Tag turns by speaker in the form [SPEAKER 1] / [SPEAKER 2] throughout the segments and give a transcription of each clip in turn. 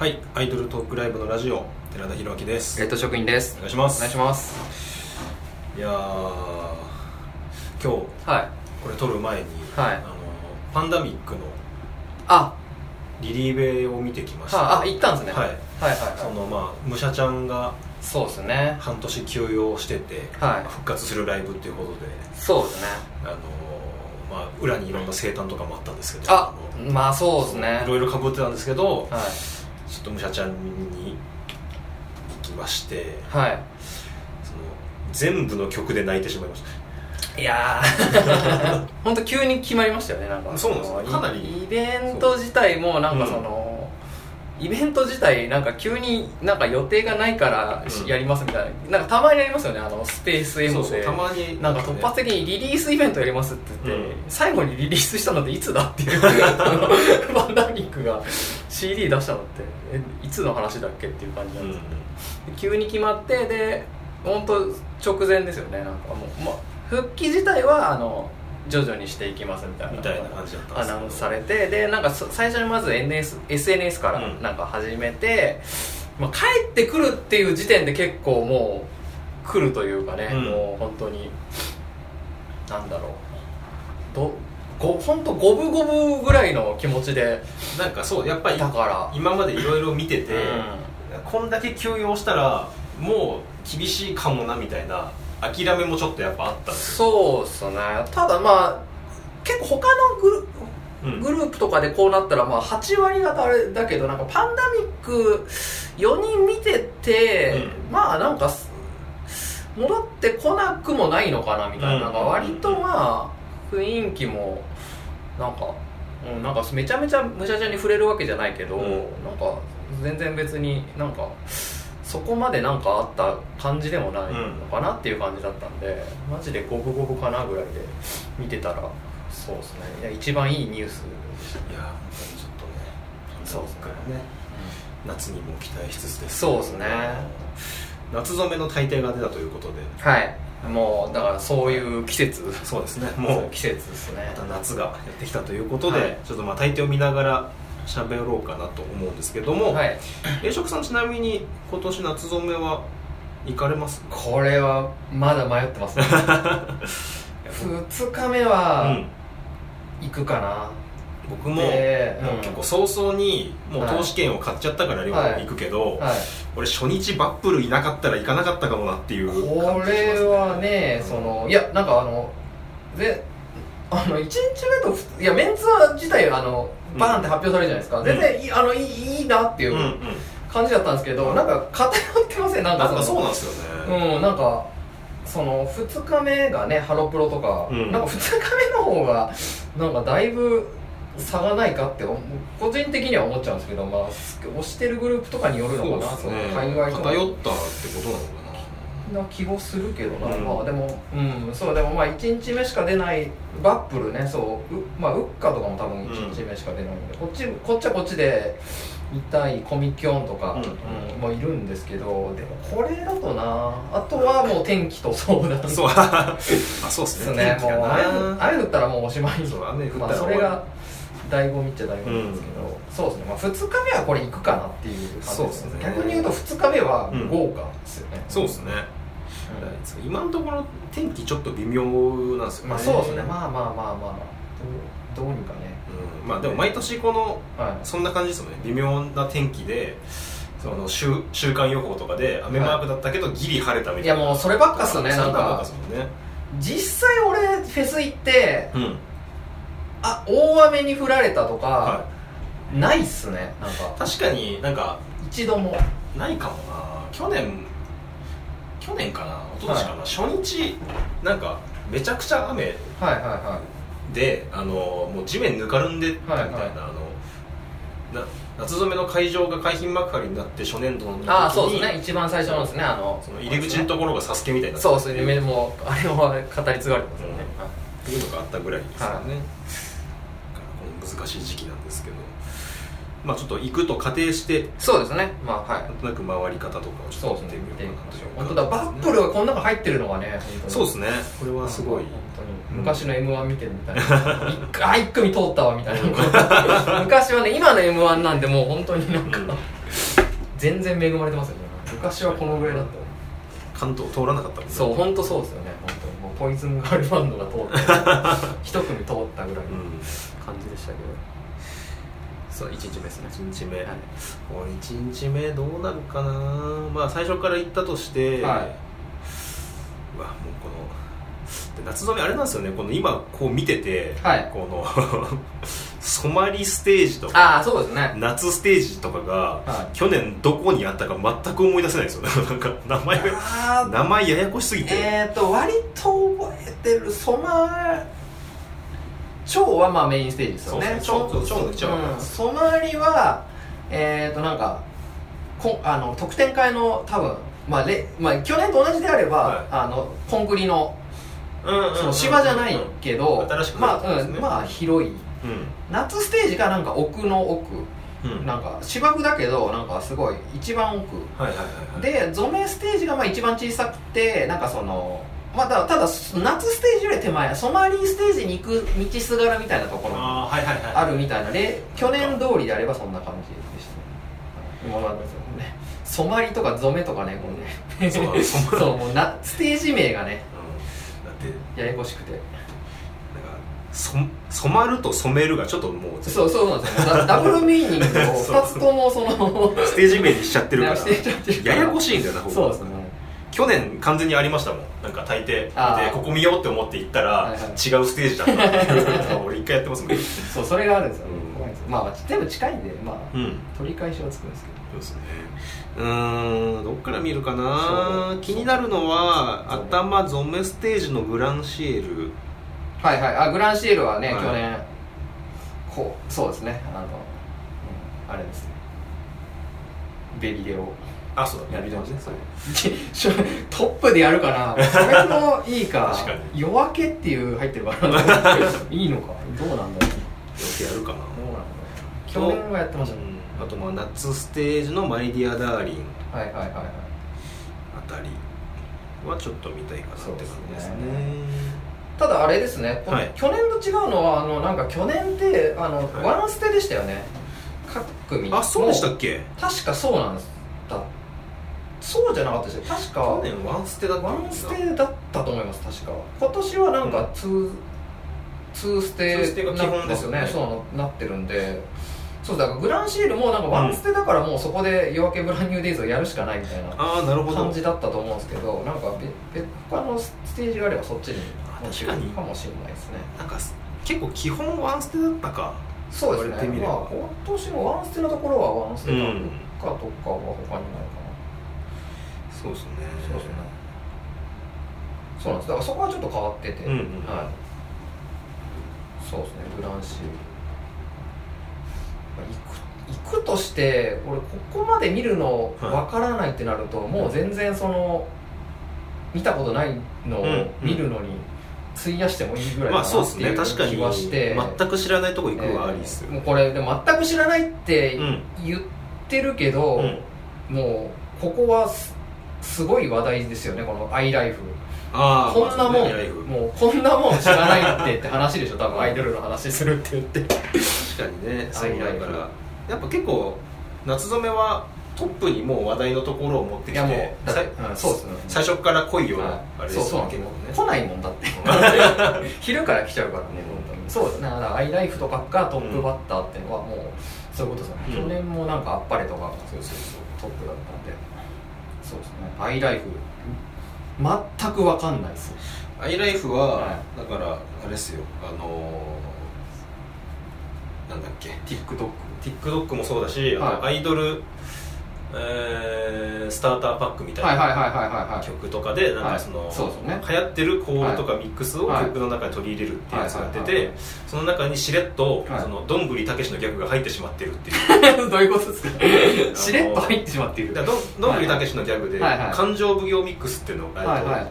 [SPEAKER 1] はい、アイドルトークライブのラジオ寺田裕明です。
[SPEAKER 2] レッド職員です
[SPEAKER 1] お願いします。
[SPEAKER 2] お願いします
[SPEAKER 1] いやー、今日こ
[SPEAKER 2] はい
[SPEAKER 1] れ撮る前に、
[SPEAKER 2] はい
[SPEAKER 1] あのパンダミックの
[SPEAKER 2] あ
[SPEAKER 1] リリーベを見てきました。
[SPEAKER 2] はああ行ったんですね、
[SPEAKER 1] はい
[SPEAKER 2] はいはいはい
[SPEAKER 1] そのまあ武者ちゃんが
[SPEAKER 2] そうですね
[SPEAKER 1] 半年休養してて、
[SPEAKER 2] はい
[SPEAKER 1] 復活するライブっていうことで、
[SPEAKER 2] そうですね
[SPEAKER 1] あのまあ裏にいろんな生誕とかもあったんですけど、
[SPEAKER 2] あ
[SPEAKER 1] の
[SPEAKER 2] まあそうですね
[SPEAKER 1] いろいろ被ってたんですけど、
[SPEAKER 2] は
[SPEAKER 1] ちょっと武者ちゃんに行きまして、
[SPEAKER 2] いは
[SPEAKER 1] その全部の曲で泣いてしまいました。
[SPEAKER 2] いいや ーほんと急に決まりましたよねなんか
[SPEAKER 1] そうなんですよ
[SPEAKER 2] その
[SPEAKER 1] かなり
[SPEAKER 2] イベント自体もなんか
[SPEAKER 1] そう
[SPEAKER 2] その、イベント自体なんか急になんか予定がないからし
[SPEAKER 1] うん
[SPEAKER 2] やりますみたいな,、なんかたまにありますよねあのスペース M で
[SPEAKER 1] そうそうたまに
[SPEAKER 2] なんか突発的にリリースイベントやりますって言って、
[SPEAKER 1] うん
[SPEAKER 2] 最後にリリースしたのっていつだっていうあのバンダミックが CD 出したのってえいつの話だっけっていう感じなんですけど、で急に決まってで本当直前ですよねなんかもう、ま、復帰自体はあの徐々にしていきますみたいな
[SPEAKER 1] みたいな感じだったんです
[SPEAKER 2] ア
[SPEAKER 1] けど
[SPEAKER 2] ナウンスされてでなんかそ最初にまず NS SNS から
[SPEAKER 1] うん
[SPEAKER 2] なんか始めて、まあ、帰ってくるっていう時点で結構もう来るというかね、
[SPEAKER 1] うん
[SPEAKER 2] もう本当になんだろうどご本当五分五分ぐらいの気持ちで
[SPEAKER 1] なんかそうやっぱり
[SPEAKER 2] だから、
[SPEAKER 1] 今までいろいろ見てて、
[SPEAKER 2] う
[SPEAKER 1] こんだけ休養したらもう厳しいかもなみたいな諦めもちょっとやっぱあった
[SPEAKER 2] ん、そうっすねただまあ結構他のグ
[SPEAKER 1] う
[SPEAKER 2] ル
[SPEAKER 1] ん
[SPEAKER 2] グループとかでこうなったらまあ8割方あれだけどなんかパンダミック4人見てて、まあなんかす戻ってこなくもないのかなみたいな,、
[SPEAKER 1] うん
[SPEAKER 2] なんか割とまあ雰囲気もなんか、うん、なんかめちゃめちゃむしゃちゃに触れるわけじゃないけど、
[SPEAKER 1] うん
[SPEAKER 2] なんか全然別になんかそこまでなんかあった感じでもないのかなっていう感じだったんで、マジで五分五分かなぐらいで見てたらそうですねいや一番いいニュース
[SPEAKER 1] いや本当にちょっとね
[SPEAKER 2] そうですね
[SPEAKER 1] からね夏にも期待しつつです
[SPEAKER 2] そうですね
[SPEAKER 1] 夏染めの大抵が出たということで
[SPEAKER 2] はいもうだからそういう季節
[SPEAKER 1] そうですね
[SPEAKER 2] も
[SPEAKER 1] も
[SPEAKER 2] う季節ですね
[SPEAKER 1] うまた夏がやってきたということで、
[SPEAKER 2] はい
[SPEAKER 1] ちょっとまあ大抵を見ながら喋ろうかなと思うんですけども、
[SPEAKER 2] はい
[SPEAKER 1] 栄食さんちなみに今年夏染めは行かれます
[SPEAKER 2] これはまだ迷ってま すね2日目は行くかな、
[SPEAKER 1] 僕も,、
[SPEAKER 2] で
[SPEAKER 1] もう
[SPEAKER 2] うん
[SPEAKER 1] 結構早々にもう
[SPEAKER 2] はい
[SPEAKER 1] 投資券を買っちゃったから両方行くけど、
[SPEAKER 2] はい
[SPEAKER 1] 俺初日バップルいなかったら行かなかったかもなっていう
[SPEAKER 2] これはねそのいやなんかあのぜあの1日目とふついやメンツは自体あのバーンって発表されるじゃないですか、
[SPEAKER 1] ん
[SPEAKER 2] 全然いいあのいいいいなってい
[SPEAKER 1] うんうん
[SPEAKER 2] う感じだったんですけど、なんか偏ってませんなんか
[SPEAKER 1] なんかそうなんですよね、
[SPEAKER 2] うんなんかその2日目がねハロプロとか、
[SPEAKER 1] うん
[SPEAKER 2] なんか2日目の方がなんかだいぶ差がないかって思う個人的には思っちゃうんですけどまあ推してるグループとかによるのかな
[SPEAKER 1] そうですね
[SPEAKER 2] その海外とか
[SPEAKER 1] 偏ったってことなのか
[SPEAKER 2] な気もするけどな、
[SPEAKER 1] うん
[SPEAKER 2] まあでもうんそうでもまあ1日目しか出ないバップルねそううまあウッカとかも多分1日目しか出ないんで、こっちこっちはこっちで見たいコミキョンとか、
[SPEAKER 1] うん
[SPEAKER 2] うんもういるんですけどでもこれだとなあとはもう天気と相談
[SPEAKER 1] な
[SPEAKER 2] です
[SPEAKER 1] そう あそうですね
[SPEAKER 2] ね
[SPEAKER 1] 天気
[SPEAKER 2] も
[SPEAKER 1] か
[SPEAKER 2] う
[SPEAKER 1] な
[SPEAKER 2] 雨雨降ったらもうおしまい
[SPEAKER 1] そう雨降ったら
[SPEAKER 2] まあ、それが醍醐味っちゃ醍醐味なんですけど、そうですね、まあ、2日目はこれ行くかなっていう感じ
[SPEAKER 1] そうですね
[SPEAKER 2] 逆に言うと2日目は豪華ですよね、
[SPEAKER 1] そうですね、
[SPEAKER 2] うん
[SPEAKER 1] 今のところ天気ちょっと微妙なんですよね
[SPEAKER 2] まあそうですね、まあまあまあまあどうどうにかね
[SPEAKER 1] うんまあでも毎年この
[SPEAKER 2] はい
[SPEAKER 1] そんな感じですよね微妙な天気でその週週間予報とかで雨マークだったけどギリ晴れたみたい
[SPEAKER 2] い
[SPEAKER 1] な
[SPEAKER 2] やもうそればっかっすよね
[SPEAKER 1] そ
[SPEAKER 2] なんん
[SPEAKER 1] ばっ
[SPEAKER 2] か
[SPEAKER 1] ですもんね
[SPEAKER 2] 実際俺フェス行って
[SPEAKER 1] うん
[SPEAKER 2] あ大雨に降られたとか、
[SPEAKER 1] は
[SPEAKER 2] ないっすねなんか
[SPEAKER 1] い確かになんか
[SPEAKER 2] 一度も
[SPEAKER 1] ないかもな去年去年かな一昨年かな、初日なんかめちゃくちゃ雨
[SPEAKER 2] はいはいは
[SPEAKER 1] であのもう地面ぬかるんでったみたいな、
[SPEAKER 2] はいはい
[SPEAKER 1] あのな夏染めの会場が海浜幕張になって初年度の時
[SPEAKER 2] い
[SPEAKER 1] に
[SPEAKER 2] ああそうですね一番最初のですねあの
[SPEAKER 1] その入り口のところがサスケみたいになって
[SPEAKER 2] そうですねもうあれは語り継がれてますよね、
[SPEAKER 1] うんっていうのがあったぐらいですよね、
[SPEAKER 2] はい
[SPEAKER 1] だからこの難しい時期なんですけどまあちょっと行くと仮定して
[SPEAKER 2] そうですねまあはい
[SPEAKER 1] なんとなく回り方とかをちょ
[SPEAKER 2] そう
[SPEAKER 1] っと
[SPEAKER 2] で
[SPEAKER 1] 見
[SPEAKER 2] す
[SPEAKER 1] てみ
[SPEAKER 2] ね
[SPEAKER 1] ようかなという
[SPEAKER 2] 本当だバップ
[SPEAKER 1] ル
[SPEAKER 2] ルがこの中入ってるのがね本当に
[SPEAKER 1] そうですねこれはすごい
[SPEAKER 2] 本当に
[SPEAKER 1] うん
[SPEAKER 2] 昔の m 1見てるみたいな一 回あ一組通ったわみたいな昔はね今の m 1なんでもう本当になんか、
[SPEAKER 1] うん
[SPEAKER 2] 全然恵まれてますよね昔はこのぐらいだったよね
[SPEAKER 1] 関東通らなかったもんね
[SPEAKER 2] そう本当そうですよね本当にもうポイズンガールバンドが 通った一組通ったぐらいの
[SPEAKER 1] うん
[SPEAKER 2] 感じでしたけど、そう1日目ですね
[SPEAKER 1] 1日目、
[SPEAKER 2] はい
[SPEAKER 1] こう1日目どうなるかなまあ最初から行ったとして、
[SPEAKER 2] はいう
[SPEAKER 1] わもうこので夏染めあれなんですよねこの今こう見てて、
[SPEAKER 2] はい
[SPEAKER 1] この 染まりステージとか
[SPEAKER 2] ああそうですね
[SPEAKER 1] 夏ステージとかが、
[SPEAKER 2] はい
[SPEAKER 1] 去年どこにあったか全く思い出せないですよね なんか名前が
[SPEAKER 2] あ
[SPEAKER 1] 名前ややこしすぎて、
[SPEAKER 2] えっ、と割と覚えてるソマ蝶はまあメインステージですよね
[SPEAKER 1] そうそう蝶
[SPEAKER 2] そ
[SPEAKER 1] 蝶の一番
[SPEAKER 2] うんソマリはえっ、となんかこあの特典会の多分まあ、れまあ去年と同じであれば、
[SPEAKER 1] はい
[SPEAKER 2] あのコンクリの
[SPEAKER 1] うんうんうん
[SPEAKER 2] その芝じゃないけど、
[SPEAKER 1] うん新しくな
[SPEAKER 2] ま
[SPEAKER 1] ったん
[SPEAKER 2] あ、
[SPEAKER 1] で
[SPEAKER 2] う
[SPEAKER 1] すね
[SPEAKER 2] ん、まあ広い
[SPEAKER 1] うん
[SPEAKER 2] 夏ステージがなんか奥の奥
[SPEAKER 1] うん
[SPEAKER 2] なんか芝生だけどなんかすごい一番奥
[SPEAKER 1] はいはいはいはい
[SPEAKER 2] でゾメステージがまあ一番小さくてなんかそのまあただただ夏ステージより手前ソマリーステージに行く道すがらみたいなところが
[SPEAKER 1] ああはいはいはい
[SPEAKER 2] あるみたいなで去年通りであればそんな感じでしたね今までですよねソマリとかゾメとかねこれね
[SPEAKER 1] そう ソマ
[SPEAKER 2] そうもうなステージ名がね
[SPEAKER 1] うんだって
[SPEAKER 2] ややこしくて
[SPEAKER 1] なんかそ染まると染めるがちょっともうス
[SPEAKER 2] そうそうなんですよねダダブルミーニングを2 つともその
[SPEAKER 1] テージ名にしちゃってるから
[SPEAKER 2] なしてちゃってるから
[SPEAKER 1] ややこしいんだよなほぼ
[SPEAKER 2] そうですね
[SPEAKER 1] 去年完全にありましたもんなんか大抵
[SPEAKER 2] あー
[SPEAKER 1] でここ見ようって思って行ったら、
[SPEAKER 2] はいはい
[SPEAKER 1] 違うステージだったっていう俺一回やってますもん
[SPEAKER 2] そうそれがあるんですよ、
[SPEAKER 1] うん
[SPEAKER 2] 怖いんですよまあ全部近いんでまあ
[SPEAKER 1] うん
[SPEAKER 2] 取り返しはつくんですけど
[SPEAKER 1] そうですねうーんどっから見るかな気になるのは
[SPEAKER 2] そう
[SPEAKER 1] 頭ゾメステージのグランシエル
[SPEAKER 2] はいはいあグランシールはね、
[SPEAKER 1] はい
[SPEAKER 2] 去年こうそうですねあの、うんあれですねベリデを
[SPEAKER 1] あそう
[SPEAKER 2] やりま したねそれちょトップでやるかなそれもいいか
[SPEAKER 1] 確か
[SPEAKER 2] 夜明けっていう入ってるからないいのかどうなんだろう
[SPEAKER 1] やるかな
[SPEAKER 2] どうなんだろう去年はやってましたね
[SPEAKER 1] あとまあ夏ステージのマイディアダーリン
[SPEAKER 2] はいはいはいはい
[SPEAKER 1] あたりはちょっと見たいかなって感じですね
[SPEAKER 2] そうですねただあれですね、こ
[SPEAKER 1] はい
[SPEAKER 2] 去年と違うのはあのなんか去年ってあの、
[SPEAKER 1] はい
[SPEAKER 2] ワンステでしたよね各組
[SPEAKER 1] あそうでした
[SPEAKER 2] も
[SPEAKER 1] っけ
[SPEAKER 2] 確かそうなんだそうじゃなかったですよ確
[SPEAKER 1] 去
[SPEAKER 2] か
[SPEAKER 1] 年ワンステだった
[SPEAKER 2] ワ
[SPEAKER 1] ん
[SPEAKER 2] ン
[SPEAKER 1] です
[SPEAKER 2] ス
[SPEAKER 1] よ
[SPEAKER 2] テだったと思います確か今年はなんかツー、ツーステ
[SPEAKER 1] ツーステが基本ですよね
[SPEAKER 2] なそうなってるんでそうだからグランシールもなんかワンステだからもうそこで「夜明けブランニューデイズ」をやるしかないみたいな
[SPEAKER 1] ああなるほど
[SPEAKER 2] 感じだったと思うんですけどなんかべべ他のステージがあればそっちに
[SPEAKER 1] あ確かに
[SPEAKER 2] かもしれないですね
[SPEAKER 1] なんかす結構基本ワンステだったか
[SPEAKER 2] そうで
[SPEAKER 1] 言わ
[SPEAKER 2] す
[SPEAKER 1] れ
[SPEAKER 2] ね
[SPEAKER 1] てみれ
[SPEAKER 2] ま
[SPEAKER 1] ば
[SPEAKER 2] あ今年のワンステのところはワンステなのかとかは他にないかな、
[SPEAKER 1] そうですね
[SPEAKER 2] そうですねそうなんですだからそこはちょっと変わってて、
[SPEAKER 1] うんうん
[SPEAKER 2] はいそうですねグランシーまあ行く行くとして俺ここまで見るの
[SPEAKER 1] はい
[SPEAKER 2] わからないってなると、もう全然その見たことないの
[SPEAKER 1] うんうん
[SPEAKER 2] を見るのに費やしてもいいぐらい
[SPEAKER 1] まあ
[SPEAKER 2] かな
[SPEAKER 1] そうで
[SPEAKER 2] っ
[SPEAKER 1] す
[SPEAKER 2] てい
[SPEAKER 1] ね
[SPEAKER 2] う
[SPEAKER 1] 確かに
[SPEAKER 2] 気はして、
[SPEAKER 1] 全く知らないとこ行くはあり
[SPEAKER 2] え
[SPEAKER 1] っす
[SPEAKER 2] ー
[SPEAKER 1] よ、
[SPEAKER 2] もうこれで全く知らないって
[SPEAKER 1] うん
[SPEAKER 2] 言ってるけど、
[SPEAKER 1] うん
[SPEAKER 2] もうここはすすごい話題ですよねこの「アイライフ
[SPEAKER 1] ああ
[SPEAKER 2] こんなもん、
[SPEAKER 1] ライフ
[SPEAKER 2] もうこんなもん知らないってって話 でしょ多分アイドルの話するって言って
[SPEAKER 1] 確かにねそう
[SPEAKER 2] はい
[SPEAKER 1] だ
[SPEAKER 2] はい
[SPEAKER 1] からやっぱ結構夏染めはトップにもう話題のところを持って
[SPEAKER 2] い
[SPEAKER 1] き
[SPEAKER 2] やも
[SPEAKER 1] て
[SPEAKER 2] うだっ
[SPEAKER 1] さ
[SPEAKER 2] て
[SPEAKER 1] い
[SPEAKER 2] うんそうですね
[SPEAKER 1] 最初から来いような
[SPEAKER 2] はい
[SPEAKER 1] あれで
[SPEAKER 2] そう
[SPEAKER 1] す
[SPEAKER 2] そう
[SPEAKER 1] よ
[SPEAKER 2] な
[SPEAKER 1] ね
[SPEAKER 2] んで
[SPEAKER 1] 結
[SPEAKER 2] す
[SPEAKER 1] 構ね
[SPEAKER 2] 来ないもんだって 昼から来ちゃうからね本当にそうですねだからアイライフとかがトップバッターっていうのはもうそういうことですね、
[SPEAKER 1] うん
[SPEAKER 2] 去年もなんかあっぱれとかがそうそうそうトップだったんでそうですねアイライフ全くわかんないです
[SPEAKER 1] アイライフ
[SPEAKER 2] は
[SPEAKER 1] はだからあれですよあのーなんだっけ
[SPEAKER 2] TikTok
[SPEAKER 1] TikTok もそうだしあと
[SPEAKER 2] は
[SPEAKER 1] アイドルえースターターパックみた
[SPEAKER 2] はいいはい
[SPEAKER 1] な
[SPEAKER 2] はいはいはいはい
[SPEAKER 1] 曲とかでなんかその
[SPEAKER 2] はいそうですね
[SPEAKER 1] 流行ってるコールとかミックスを
[SPEAKER 2] はい
[SPEAKER 1] 曲の中に取り入れるっていうやつが出
[SPEAKER 2] はいはい
[SPEAKER 1] て
[SPEAKER 2] はい
[SPEAKER 1] その中にしれっと
[SPEAKER 2] はい
[SPEAKER 1] そのどんぐりたけしのギャグが入ってしまってるっていう
[SPEAKER 2] どういうことですかしれっと入ってしまっている
[SPEAKER 1] だからどんどんぐりたけしのギャグで、
[SPEAKER 2] はいはい
[SPEAKER 1] 感情奉行ミックスっていうのを、えっと
[SPEAKER 2] は いはい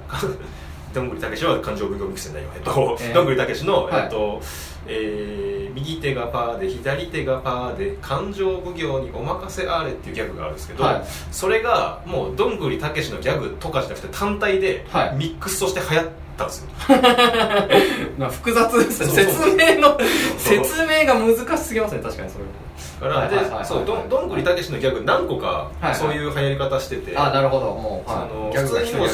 [SPEAKER 1] どんぐりたけしは感情奉行ミックスじゃないよ、えっと
[SPEAKER 2] えー
[SPEAKER 1] どんぐりたけしの、
[SPEAKER 2] はい
[SPEAKER 1] えっとえー右手がパーで左手がパーで感情奉行にお任せあれっていうギャグがあるんですけど、
[SPEAKER 2] はい
[SPEAKER 1] それがもうどんぐりたけしのギャグとかじゃなくて単体で
[SPEAKER 2] はい
[SPEAKER 1] ミックスとして流行っったんですよ
[SPEAKER 2] まあ複雑ですね
[SPEAKER 1] そう
[SPEAKER 2] 説明の
[SPEAKER 1] そう
[SPEAKER 2] 説明が難しすぎますね確かにそれ
[SPEAKER 1] だから
[SPEAKER 2] はいはいはいは
[SPEAKER 1] で
[SPEAKER 2] い
[SPEAKER 1] そうどんどんぐりたけしのギャグ何個か
[SPEAKER 2] いはい
[SPEAKER 1] そういう流行り方してて、
[SPEAKER 2] あなるほどもう、
[SPEAKER 1] そ
[SPEAKER 2] は
[SPEAKER 1] の
[SPEAKER 2] い、ギャグが
[SPEAKER 1] 普
[SPEAKER 2] 一
[SPEAKER 1] 通
[SPEAKER 2] 人
[SPEAKER 1] にもう
[SPEAKER 2] 歩き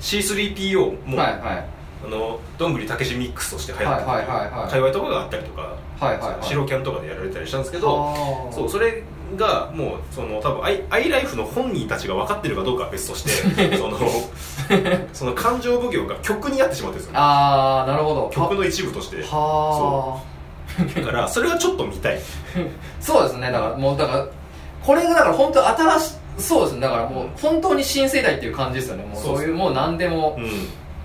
[SPEAKER 1] C-
[SPEAKER 2] して
[SPEAKER 1] C3PO も、
[SPEAKER 2] はいはい
[SPEAKER 1] あのどんぐりたけしミックスとして流行ってる、
[SPEAKER 2] はいはいはいはい
[SPEAKER 1] 界隈とかがあったりとか、
[SPEAKER 2] はいはいはい
[SPEAKER 1] 白キャンとかでやられたりしたんですけ
[SPEAKER 2] け
[SPEAKER 1] どそうそれがもうその多分アイアイライフの本人たちが分かってるかどうかは別として そのその感情奉行が曲になってしまってるんですよね
[SPEAKER 2] ああなるほど
[SPEAKER 1] 曲の一部としてだ
[SPEAKER 2] はあ
[SPEAKER 1] からそれはちょっと見たい
[SPEAKER 2] そうですねだからもうだからこれがだから本当新しそうですねだからもう本当に新世代っていう感じですよねも
[SPEAKER 1] そ
[SPEAKER 2] う
[SPEAKER 1] う
[SPEAKER 2] そ
[SPEAKER 1] で
[SPEAKER 2] う
[SPEAKER 1] す
[SPEAKER 2] いうもう何でも、
[SPEAKER 1] うん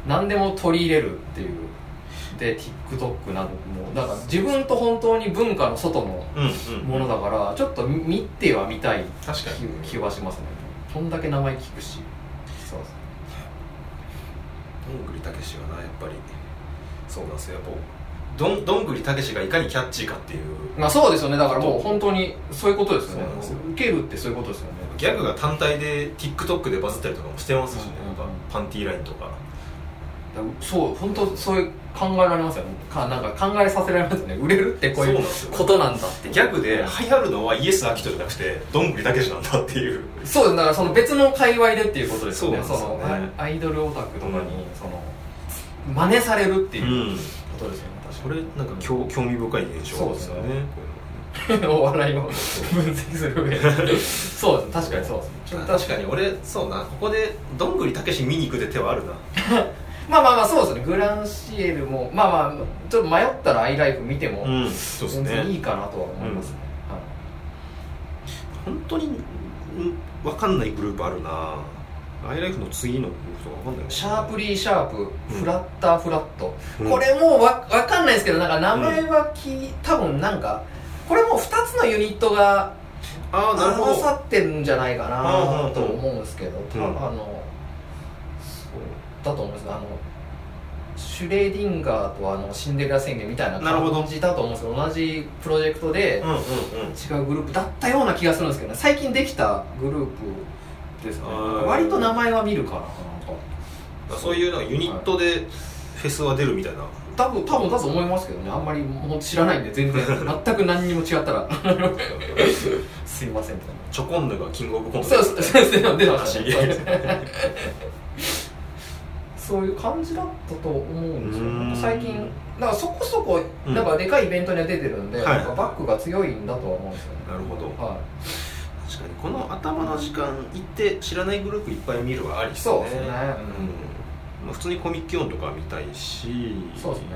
[SPEAKER 2] 何でも取り入れるっていうで TikTok などもだから自分と本当に文化の外の
[SPEAKER 1] うんうん
[SPEAKER 2] ものだからちょっと見ては見たい
[SPEAKER 1] 確か
[SPEAKER 2] 気
[SPEAKER 1] に
[SPEAKER 2] 気はしますねこんだけ名前聞くしそうですね
[SPEAKER 1] どんぐりたけしはなやっぱりそうなんですよやっぱどんどんぐりたけしがいかにキャッチーかっていう
[SPEAKER 2] まあそうですよねだからもう本当にそういうことですよね
[SPEAKER 1] そうなんですよ
[SPEAKER 2] 受けるってそういうことですよね
[SPEAKER 1] ギャグが単体で TikTok でバズったりとかもしてますしね
[SPEAKER 2] うん
[SPEAKER 1] やっぱパンティーラインとか
[SPEAKER 2] だからそう本当そういう考えられますよねかなんか考えさせられますよね売れるってこうい
[SPEAKER 1] そう
[SPEAKER 2] う
[SPEAKER 1] なんですよ
[SPEAKER 2] ことなんだって
[SPEAKER 1] ギャグで流行るのはイエス・アキトじゃなくてどんぐりたけしなんだっていう
[SPEAKER 2] そうですだからその別の界隈でっていうことですよね
[SPEAKER 1] そうなんですよね
[SPEAKER 2] のアアイドルオタクとかに、
[SPEAKER 1] うん
[SPEAKER 2] その真似されるって
[SPEAKER 1] う
[SPEAKER 2] いうんことですよね、確
[SPEAKER 1] これなんか興興味深い現象ですよ
[SPEAKER 2] そうです
[SPEAKER 1] ね
[SPEAKER 2] かに お笑いを分析する上でそうです確かにそうですね
[SPEAKER 1] 確かに俺そうなここでどんぐりたけし見に行くで手はあるな
[SPEAKER 2] まあまあまあそうですねグランシエルもまあまあちょっと迷ったらアイライフ見ても、
[SPEAKER 1] うんそうです
[SPEAKER 2] 全然い
[SPEAKER 1] ね
[SPEAKER 2] いかなとは思いますね、はい
[SPEAKER 1] 本当にん分かんないグループあるなアイライフの次のグループとか分かんない
[SPEAKER 2] シャープリーシャープ、
[SPEAKER 1] うん
[SPEAKER 2] フラッターフラット、
[SPEAKER 1] うん
[SPEAKER 2] これもうわわかんないですけどなんか名前はき、多分なんかこれも2つのユニットが
[SPEAKER 1] ああなるほ
[SPEAKER 2] 合わ
[SPEAKER 1] ど
[SPEAKER 2] さってるんじゃないか
[SPEAKER 1] あ
[SPEAKER 2] な
[SPEAKER 1] ー
[SPEAKER 2] と思うんですけど、
[SPEAKER 1] うん
[SPEAKER 2] たあのそうだと思うんですあのシュレーディンガーとあのシンデレラ宣言みたいな
[SPEAKER 1] なるほど
[SPEAKER 2] 感じだと思うんですけど同じプロジェクトで
[SPEAKER 1] うんうんうん
[SPEAKER 2] 違うグループだったような気がするんですけどね最近できたグループですね
[SPEAKER 1] あー
[SPEAKER 2] 割と名前は見るかななんか
[SPEAKER 1] そういうなんかユニットでフェスは出るみ たいな
[SPEAKER 2] 多分多分だと思いますけどねあんまりもう知らないんで全 然全く何にも違ったら すいませんみ たい
[SPEAKER 1] チョコンヌがキングオブコン
[SPEAKER 2] な
[SPEAKER 1] ト
[SPEAKER 2] そうそうそうそう出ま
[SPEAKER 1] 走り
[SPEAKER 2] したねそういう感じだったと思うんですよ
[SPEAKER 1] うーん
[SPEAKER 2] なんか最近なんかそこそこ
[SPEAKER 1] うん
[SPEAKER 2] なんかでかいイベントには出てるんで、
[SPEAKER 1] はい
[SPEAKER 2] なんかバックが強いんだとは思うんですよね
[SPEAKER 1] なるほど
[SPEAKER 2] は
[SPEAKER 1] 確かにこの頭の時間行って知らないグループいっぱい見るはありですね
[SPEAKER 2] そうです
[SPEAKER 1] ん
[SPEAKER 2] ね
[SPEAKER 1] まあ、普通にコミックオンとかは見たいし
[SPEAKER 2] いそうですね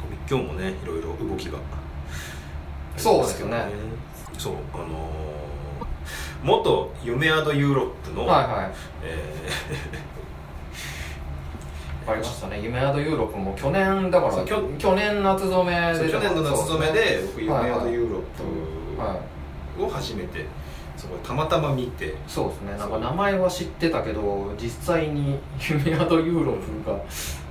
[SPEAKER 1] コミックオンもねいろいろ動きが
[SPEAKER 2] そうですよね
[SPEAKER 1] そうあのー元夢アドユーロップの、
[SPEAKER 2] はいはい
[SPEAKER 1] え
[SPEAKER 2] わかりましたね夢アドユーロップも去年だから
[SPEAKER 1] そう
[SPEAKER 2] きょ去年夏染
[SPEAKER 1] ー
[SPEAKER 2] め
[SPEAKER 1] そう
[SPEAKER 2] で
[SPEAKER 1] 去年の夏染め
[SPEAKER 2] そう
[SPEAKER 1] で僕夢アドユーロッ
[SPEAKER 2] すね
[SPEAKER 1] プ、
[SPEAKER 2] はい
[SPEAKER 1] を初めてそこでたまたま見て
[SPEAKER 2] そうですねなん
[SPEAKER 1] そ
[SPEAKER 2] か
[SPEAKER 1] う
[SPEAKER 2] 名前は知ってたけど実際に 夢宿ユーロップが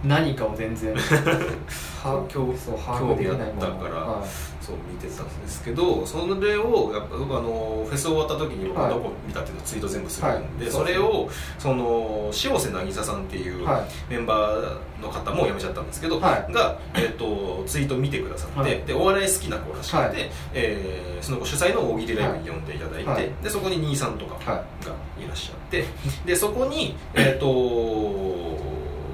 [SPEAKER 2] 何かを 全然は
[SPEAKER 1] 興
[SPEAKER 2] そう把握できないも
[SPEAKER 1] 興
[SPEAKER 2] の
[SPEAKER 1] 味あったから
[SPEAKER 2] はい
[SPEAKER 1] そう見てたんですけどそれをやっぱ僕あのフェス終わった時に僕
[SPEAKER 2] はい
[SPEAKER 1] どこ見たっていうのをツイート全部するんで、
[SPEAKER 2] はい
[SPEAKER 1] それをその塩瀬渚さんっていう
[SPEAKER 2] は
[SPEAKER 1] メンバーの方もう辞めちゃったんですけど、
[SPEAKER 2] はい
[SPEAKER 1] が、えっとツイート見てくださって、
[SPEAKER 2] はい
[SPEAKER 1] でお笑い好きな子らしくて、
[SPEAKER 2] はい
[SPEAKER 1] えーその子主催の大喜利ライブに呼んでいただいて、
[SPEAKER 2] はい
[SPEAKER 1] でそこに兄さんとか
[SPEAKER 2] いは
[SPEAKER 1] がいらっしゃってでそこにえっ、と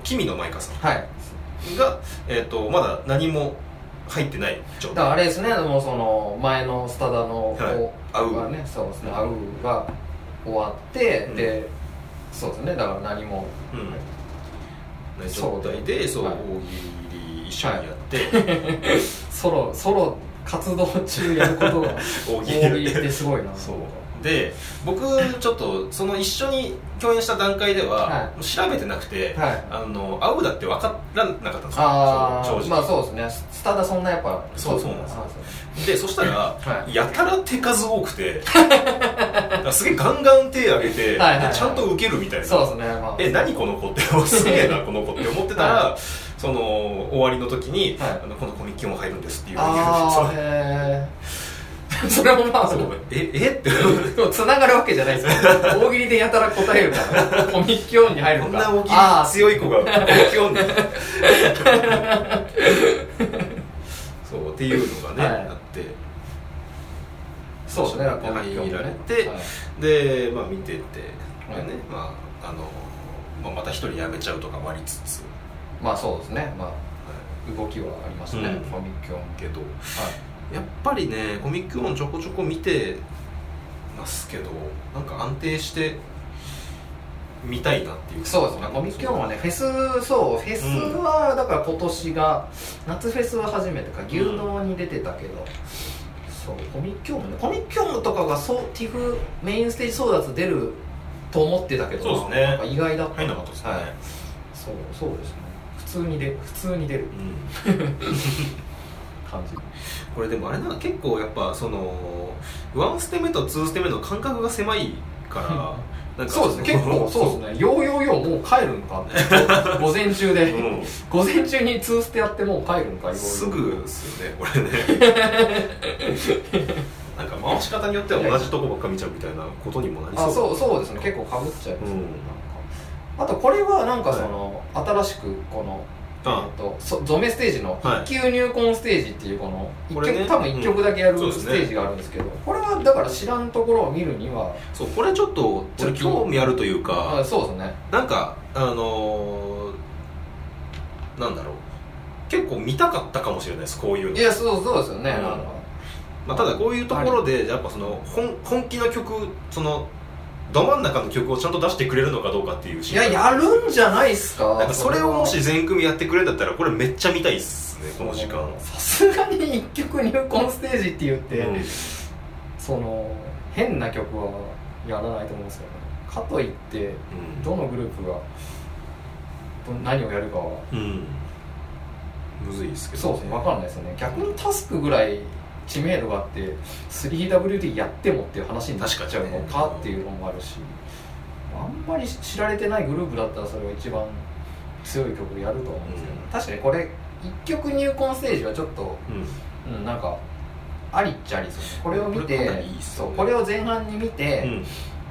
[SPEAKER 1] 君の舞香さん
[SPEAKER 2] い、はい、
[SPEAKER 1] が、えっとまだ何も入ってない状
[SPEAKER 2] だ
[SPEAKER 1] 態
[SPEAKER 2] からあれですねもうその前のスタダの
[SPEAKER 1] はい
[SPEAKER 2] 子がね、そうですねアウーが終わって、
[SPEAKER 1] うん
[SPEAKER 2] でそうですねだから何も
[SPEAKER 1] うん、
[SPEAKER 2] そ
[SPEAKER 1] 状
[SPEAKER 2] う
[SPEAKER 1] 態でそう、
[SPEAKER 2] はい
[SPEAKER 1] 大喜利一緒にやって、
[SPEAKER 2] ソロソロ活動中やるこ とが
[SPEAKER 1] 大
[SPEAKER 2] 大
[SPEAKER 1] 喜
[SPEAKER 2] 喜
[SPEAKER 1] 利やっ
[SPEAKER 2] 利っててすごいな
[SPEAKER 1] そうで僕ちょっとその一緒に共演した段階では、
[SPEAKER 2] はい
[SPEAKER 1] もう調べてなくて、
[SPEAKER 2] はい
[SPEAKER 1] あの会うだって分からなかったんですよ
[SPEAKER 2] あ
[SPEAKER 1] そう
[SPEAKER 2] あ
[SPEAKER 1] 正直、
[SPEAKER 2] まあそうですねススタダそんなやっぱ
[SPEAKER 1] そうそうなんですよでそしたら、
[SPEAKER 2] はい
[SPEAKER 1] やたら手数多くてなんかすげえガンガン手上げて
[SPEAKER 2] はいはいはい
[SPEAKER 1] でちゃんと受けるみたいな
[SPEAKER 2] そうですね、まあ、
[SPEAKER 1] え何この子って すげえなこの子って思ってたら、
[SPEAKER 2] は
[SPEAKER 1] その終わりの時に、
[SPEAKER 2] はい
[SPEAKER 1] あのこのコミックも入るんですっていう
[SPEAKER 2] あ
[SPEAKER 1] そう
[SPEAKER 2] あへ それもまあ
[SPEAKER 1] そうええって
[SPEAKER 2] でも繋がるわけじゃないですよ大喜利でやたら答えるからコミックオンに入る
[SPEAKER 1] こ
[SPEAKER 2] の
[SPEAKER 1] ん
[SPEAKER 2] か
[SPEAKER 1] な大き
[SPEAKER 2] ああ
[SPEAKER 1] い強い子が大きい 女そうっていうのがね、
[SPEAKER 2] はい
[SPEAKER 1] あって
[SPEAKER 2] そうですねコミックオン
[SPEAKER 1] 入
[SPEAKER 2] ね
[SPEAKER 1] られて、
[SPEAKER 2] はい
[SPEAKER 1] でまあ見てて、
[SPEAKER 2] はい
[SPEAKER 1] ねまああのまあ、また一人辞めちゃうとかもありつつ、
[SPEAKER 2] まあそうですねまあ
[SPEAKER 1] は
[SPEAKER 2] 動きはありますね、
[SPEAKER 1] うん
[SPEAKER 2] コミックオン
[SPEAKER 1] いけど
[SPEAKER 2] はい
[SPEAKER 1] やっぱりねコミックオンちょこちょこ見てますけどなんか安定して見たいなっていう
[SPEAKER 2] そうですねコミックオンはねフェスそうフェスはだから今年が、夏フェスは初めてか牛丼に出てたけど、そうコミックオンもねコミックオンとかがそうティフメインステージ争奪出ると思ってたけど
[SPEAKER 1] そうですね
[SPEAKER 2] なんか意外だった
[SPEAKER 1] 入んなかったですね、
[SPEAKER 2] はい、そうそうですね普通にで普通に出る
[SPEAKER 1] うん
[SPEAKER 2] 感じ
[SPEAKER 1] これでもあれな結構やっぱそのワンステ目とツーステ目の間隔が狭い からなんか
[SPEAKER 2] そうですね結構そうですねようようようもう帰るんかって午前中で、午前中にツーステやってもう帰るんか
[SPEAKER 1] う、
[SPEAKER 2] ようようん
[SPEAKER 1] すぐですよねこれね なんか回し方によっては同じとこばっか見ちゃうみたいなことにもなりそう
[SPEAKER 2] あそうそうですね結構かぶっちゃいますね、
[SPEAKER 1] うん
[SPEAKER 2] なんかあとこれはなんかその、新しくこの、
[SPEAKER 1] あ
[SPEAKER 2] えっと、そゾメステージの
[SPEAKER 1] はい
[SPEAKER 2] 一級入魂ステージっていうこの一
[SPEAKER 1] こ
[SPEAKER 2] 曲、
[SPEAKER 1] れね
[SPEAKER 2] 多分1曲だけやる
[SPEAKER 1] うん
[SPEAKER 2] ステージがあるんですけど、これはだから知らんところを見るには、
[SPEAKER 1] そうこれちょっとちょっと興味あるという
[SPEAKER 2] あ
[SPEAKER 1] か
[SPEAKER 2] そうですね
[SPEAKER 1] なんかあのーなんだろう結構見たかったかもしれないですこういうの
[SPEAKER 2] いやそうそうですよね、
[SPEAKER 1] うん
[SPEAKER 2] なんか
[SPEAKER 1] まあ、ただこういうところでやっぱその本本気の曲そのど真ん中の曲をちゃんと出してくれるのかどうかっていう
[SPEAKER 2] い
[SPEAKER 1] 心
[SPEAKER 2] や
[SPEAKER 1] 配
[SPEAKER 2] やるんじゃないっすか
[SPEAKER 1] なんかそれをも
[SPEAKER 2] そ
[SPEAKER 1] し全組やってくれるんだったらこれめっちゃ見たいっすねこ
[SPEAKER 2] れは
[SPEAKER 1] の時間
[SPEAKER 2] さすがに一曲入魂ステージって言って、
[SPEAKER 1] うん
[SPEAKER 2] その変な曲はやらないと思うんですけど、ね、かといってどのグループがど何をやるかは
[SPEAKER 1] うん、うんむずいっすけど
[SPEAKER 2] そうですね分かんないですよね逆にタスクぐらい知名度があって 3WD やってもっていう話になっちゃうの
[SPEAKER 1] 確かに
[SPEAKER 2] か
[SPEAKER 1] ね
[SPEAKER 2] っていうのもあるしあんまり知られてないグループだったらそれが一番強い曲やると思うんですけど、
[SPEAKER 1] うん
[SPEAKER 2] 確かにこれ1曲入魂ステージはちょっと、
[SPEAKER 1] うん
[SPEAKER 2] うん、なんかありっちゃありですよねこれを見て
[SPEAKER 1] これかなりいいっすよ
[SPEAKER 2] そ
[SPEAKER 1] ね
[SPEAKER 2] うこれを前半に見て、
[SPEAKER 1] うん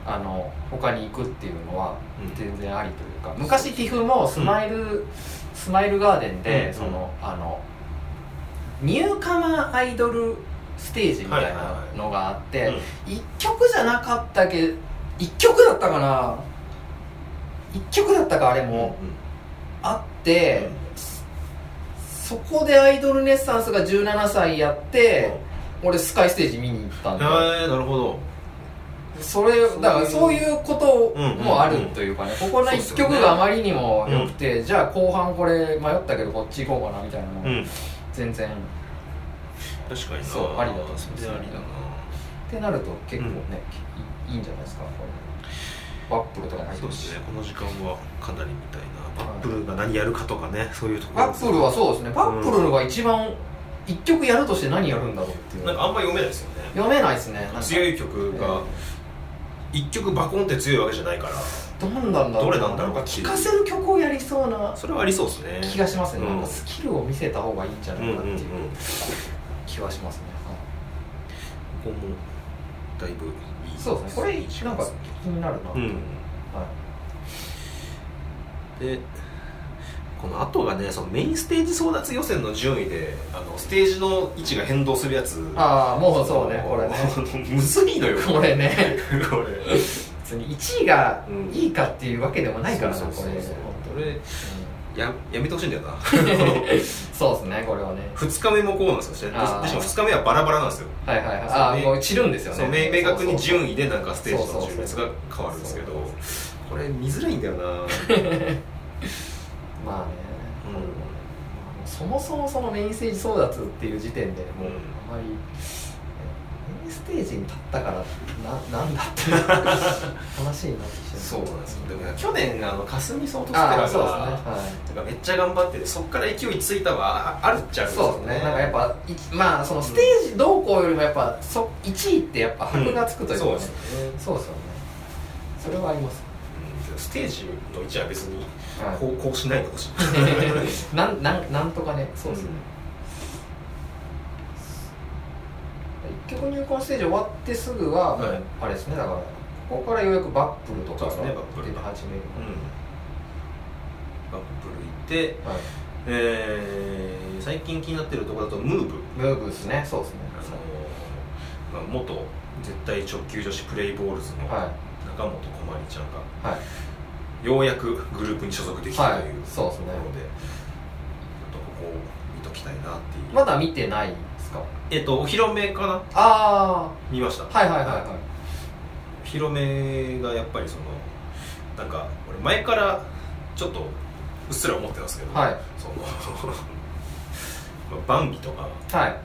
[SPEAKER 2] あの他に行くっていうのは
[SPEAKER 1] うん
[SPEAKER 2] 全然ありというか昔 TIFF もスマイル、スマイルガーデンで、
[SPEAKER 1] うん
[SPEAKER 2] そのあのニューカマーアイドルステージみたいなのがあって、
[SPEAKER 1] うん
[SPEAKER 2] 1曲じゃなかったけ1曲だったかな1曲だったかあれもあって、そこでアイドルネッサンスが17歳やって、俺スカイステージ見に行った
[SPEAKER 1] うんん
[SPEAKER 2] で、
[SPEAKER 1] あーなるほど
[SPEAKER 2] それだからそういうこともあるというかね、ここの一曲があまりにも良くて、じゃあ後半これ迷ったけどこっち行こうかなみたいなの、
[SPEAKER 1] うん
[SPEAKER 2] 全然っ
[SPEAKER 1] 確かにな
[SPEAKER 2] そうありだと思います
[SPEAKER 1] 全然ありだな
[SPEAKER 2] てなると結構ね、いいいんじゃないですかこれワップルとか入って
[SPEAKER 1] そう
[SPEAKER 2] る
[SPEAKER 1] で
[SPEAKER 2] し、
[SPEAKER 1] すねこの時間はかなり見たいなバップルが何やるかとかねそういうところ
[SPEAKER 2] ワップルはそうですねワップルが一番一曲やるとして何やるんだろうっていう
[SPEAKER 1] なんかあんま読めないですよね
[SPEAKER 2] 読めないですねなんか
[SPEAKER 1] 強い曲が一曲バコンって強いわけじゃないから
[SPEAKER 2] どうなんだろう
[SPEAKER 1] どれなんだろう
[SPEAKER 2] か聴かせる曲をやりそうな
[SPEAKER 1] それはありそうですね
[SPEAKER 2] 気がしますね、
[SPEAKER 1] うん
[SPEAKER 2] なんかスキルを見せた方がいいんじゃ
[SPEAKER 1] う
[SPEAKER 2] なんい
[SPEAKER 1] うん
[SPEAKER 2] か
[SPEAKER 1] う
[SPEAKER 2] ってい
[SPEAKER 1] ん
[SPEAKER 2] う
[SPEAKER 1] こ
[SPEAKER 2] 気はしますね、はい
[SPEAKER 1] こもだいぶいい
[SPEAKER 2] そうですね、これなんか気になるな、
[SPEAKER 1] う
[SPEAKER 2] はい、
[SPEAKER 1] んでこの後がねそのメインステージ争奪予選の順位であのステージの位置が変動するやつ
[SPEAKER 2] ああもうそうね
[SPEAKER 1] あの
[SPEAKER 2] これね
[SPEAKER 1] むずいのよ
[SPEAKER 2] これね
[SPEAKER 1] これ
[SPEAKER 2] 別に1位が
[SPEAKER 1] うん
[SPEAKER 2] いいかっていうわけでもないからな
[SPEAKER 1] そう
[SPEAKER 2] こ
[SPEAKER 1] そうそう
[SPEAKER 2] れうん
[SPEAKER 1] そう
[SPEAKER 2] そう
[SPEAKER 1] これややめてほしいんだよ な
[SPEAKER 2] ですねこれはね
[SPEAKER 1] 2日目もこうなんですよでし
[SPEAKER 2] あー
[SPEAKER 1] かも2日目はバラバラなんですよ
[SPEAKER 2] はいはいはい
[SPEAKER 1] そう
[SPEAKER 2] ああ
[SPEAKER 1] ね
[SPEAKER 2] もう散るんですよ
[SPEAKER 1] そう
[SPEAKER 2] ね
[SPEAKER 1] 明明確に
[SPEAKER 2] 位
[SPEAKER 1] 順位でなんかステージ
[SPEAKER 2] そう
[SPEAKER 1] の
[SPEAKER 2] そうそう
[SPEAKER 1] 順列が変わるんですけど
[SPEAKER 2] そうそう
[SPEAKER 1] これ見づらいんだよ なうん
[SPEAKER 2] まあね、まあそもそもそのメインステージ争奪っていう時点でもう
[SPEAKER 1] うん
[SPEAKER 2] あんまりメインステージに立ったからななんだっ ていう話になってきて
[SPEAKER 1] そうなんですよでも去年あの霞総とステ
[SPEAKER 2] あ
[SPEAKER 1] ラ
[SPEAKER 2] あそうですね
[SPEAKER 1] が
[SPEAKER 2] はい
[SPEAKER 1] なんかめっちゃ頑張っててそっから勢いついたはああるっちゃあるん
[SPEAKER 2] そうですねなんかやっぱいまあそのステージどうこうよりもやっぱそ1位ってやっぱ箔がつくというか、ね
[SPEAKER 1] そうですね
[SPEAKER 2] そうですよねそれはあります
[SPEAKER 1] うんステージの位置は別に
[SPEAKER 2] はい
[SPEAKER 1] こうこうしないでほしい
[SPEAKER 2] なんなんなんとかねそうですね、局入魂ステージ終わってすぐは、もう
[SPEAKER 1] はい
[SPEAKER 2] あれですねだからここからようやくバップルとかが
[SPEAKER 1] そうですねバップル
[SPEAKER 2] 出て始める
[SPEAKER 1] バップル行って、
[SPEAKER 2] はい
[SPEAKER 1] えー最近気になってるところだとムーブ
[SPEAKER 2] ムーブですねそうですね
[SPEAKER 1] あのまあ、元絶対直球女子プレイボールズの
[SPEAKER 2] は
[SPEAKER 1] 中本こまりちゃんが
[SPEAKER 2] いはい
[SPEAKER 1] ようやくグループに所属できたという
[SPEAKER 2] はい
[SPEAKER 1] とこ
[SPEAKER 2] そう
[SPEAKER 1] ろ
[SPEAKER 2] です
[SPEAKER 1] で、ちょ
[SPEAKER 2] ね
[SPEAKER 1] っとここを見ときたいなっていう、
[SPEAKER 2] まだ見てないですか
[SPEAKER 1] えっとお披露目かな
[SPEAKER 2] あ
[SPEAKER 1] 見ました
[SPEAKER 2] あはいはいはいはい
[SPEAKER 1] お披露目がやっぱりそのなんか俺前からちょっとうっすら思ってたんですけど、
[SPEAKER 2] はい
[SPEAKER 1] その まあバンビとか
[SPEAKER 2] はい
[SPEAKER 1] あの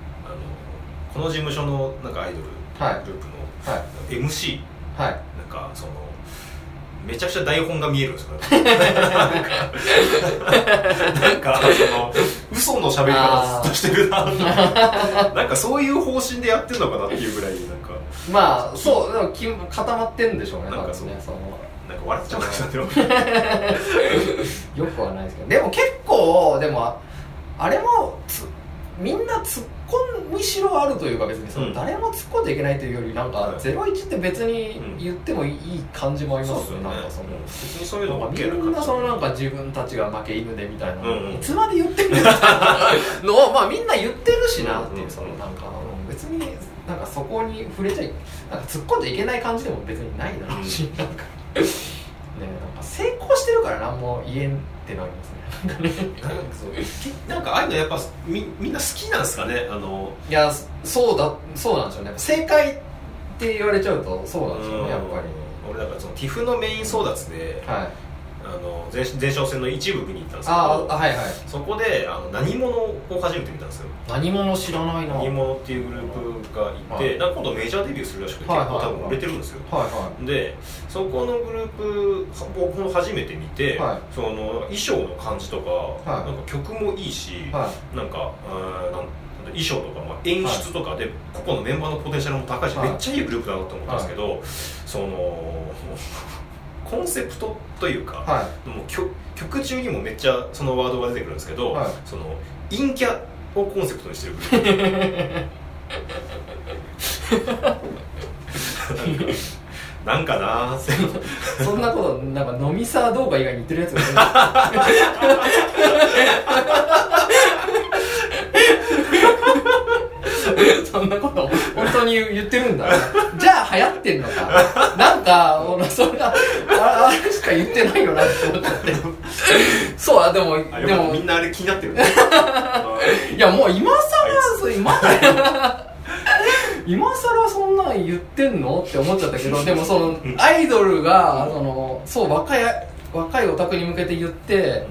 [SPEAKER 1] この事務所のなんかアイドル
[SPEAKER 2] はい
[SPEAKER 1] グループの
[SPEAKER 2] はい
[SPEAKER 1] MC、
[SPEAKER 2] は
[SPEAKER 1] な
[SPEAKER 2] い
[SPEAKER 1] んかそのめちゃくちゃ台本が見えるんですよなんかその嘘の喋り方ずっとしてるななんかそういう方針でやってるのかなっていうぐらいなんか
[SPEAKER 2] まあそうでもき固まってるんでしょうね
[SPEAKER 1] なんか
[SPEAKER 2] 多分ねそ
[SPEAKER 1] なんか笑っちゃうなってなって
[SPEAKER 2] のよくはないですけどでも結構でもああれもつみんな突っ込みしろあるというか別にその、
[SPEAKER 1] うん
[SPEAKER 2] 誰も突っ込んでいけないというよりなんか
[SPEAKER 1] はい
[SPEAKER 2] 『ゼロイチ』って別に
[SPEAKER 1] うん
[SPEAKER 2] 言ってもいい感じもありますね、なんかその、
[SPEAKER 1] 別にそういうのも OK な感じ
[SPEAKER 2] みんなそのなんか自分たちが負け犬でみたいな、
[SPEAKER 1] うんうん
[SPEAKER 2] いつまで言ってん ですかのをまあみんな言ってるしなっていううんそのなんかうん別になんかそこに触れちゃいなんか突っ込んじゃいけない感じでも別にないだろうし、なんかねなんか成功してるから何も言えんってなりますね
[SPEAKER 1] なんかそうなんかああいうのやっぱみみんな好きなんですかねあの
[SPEAKER 2] いやそうだそうなんでしょうね正解って言われちゃうとそうなんでしょうねやっぱり
[SPEAKER 1] 俺だからその TIFF のメイン争奪で
[SPEAKER 2] はい
[SPEAKER 1] あの前前哨戦の一部見に行ったんですけ
[SPEAKER 2] あ
[SPEAKER 1] ど
[SPEAKER 2] あはいはい
[SPEAKER 1] そこであの何者を初めて見たんですよ
[SPEAKER 2] 何者知らないな
[SPEAKER 1] ニ
[SPEAKER 2] はい
[SPEAKER 1] モノっていうグループがいて、
[SPEAKER 2] はい
[SPEAKER 1] なんか今度メジャーデビューするらしくて
[SPEAKER 2] はい
[SPEAKER 1] 結構多
[SPEAKER 2] はい
[SPEAKER 1] 分売れてるんですよ、
[SPEAKER 2] は
[SPEAKER 1] でそこのグループ僕も初めて見て、
[SPEAKER 2] は
[SPEAKER 1] その衣装の感じとか,、
[SPEAKER 2] い
[SPEAKER 1] なんか曲もいいし、
[SPEAKER 2] いはい
[SPEAKER 1] なんかうーんなん衣装とか、まあ、演出とかで、個々のメンバーのポテンシャルも高いし、
[SPEAKER 2] はい
[SPEAKER 1] めっちゃいいグループだなと思ったんですけど、その コンセプトというか、
[SPEAKER 2] はい
[SPEAKER 1] もう曲曲中にもめっちゃそのワードが出てくるんですけど、
[SPEAKER 2] はい
[SPEAKER 1] その陰キャをコンセプトにしてるグルー プなんかなー って
[SPEAKER 2] そんなことなんか飲みさ動画以外に言ってるやつがいない そんなこと本当に言ってるんだじゃあ流行ってんのかなんか俺そんなああれしか言ってないよなって思っちゃってそうあで
[SPEAKER 1] あ
[SPEAKER 2] もで
[SPEAKER 1] よかった
[SPEAKER 2] も
[SPEAKER 1] みんなあれ気になってるねあー
[SPEAKER 2] いやもう今更そう今更今更そんなん言ってんのって思っちゃったけどでもそのアイドルがそのそう若い若いオタクに向けて言って受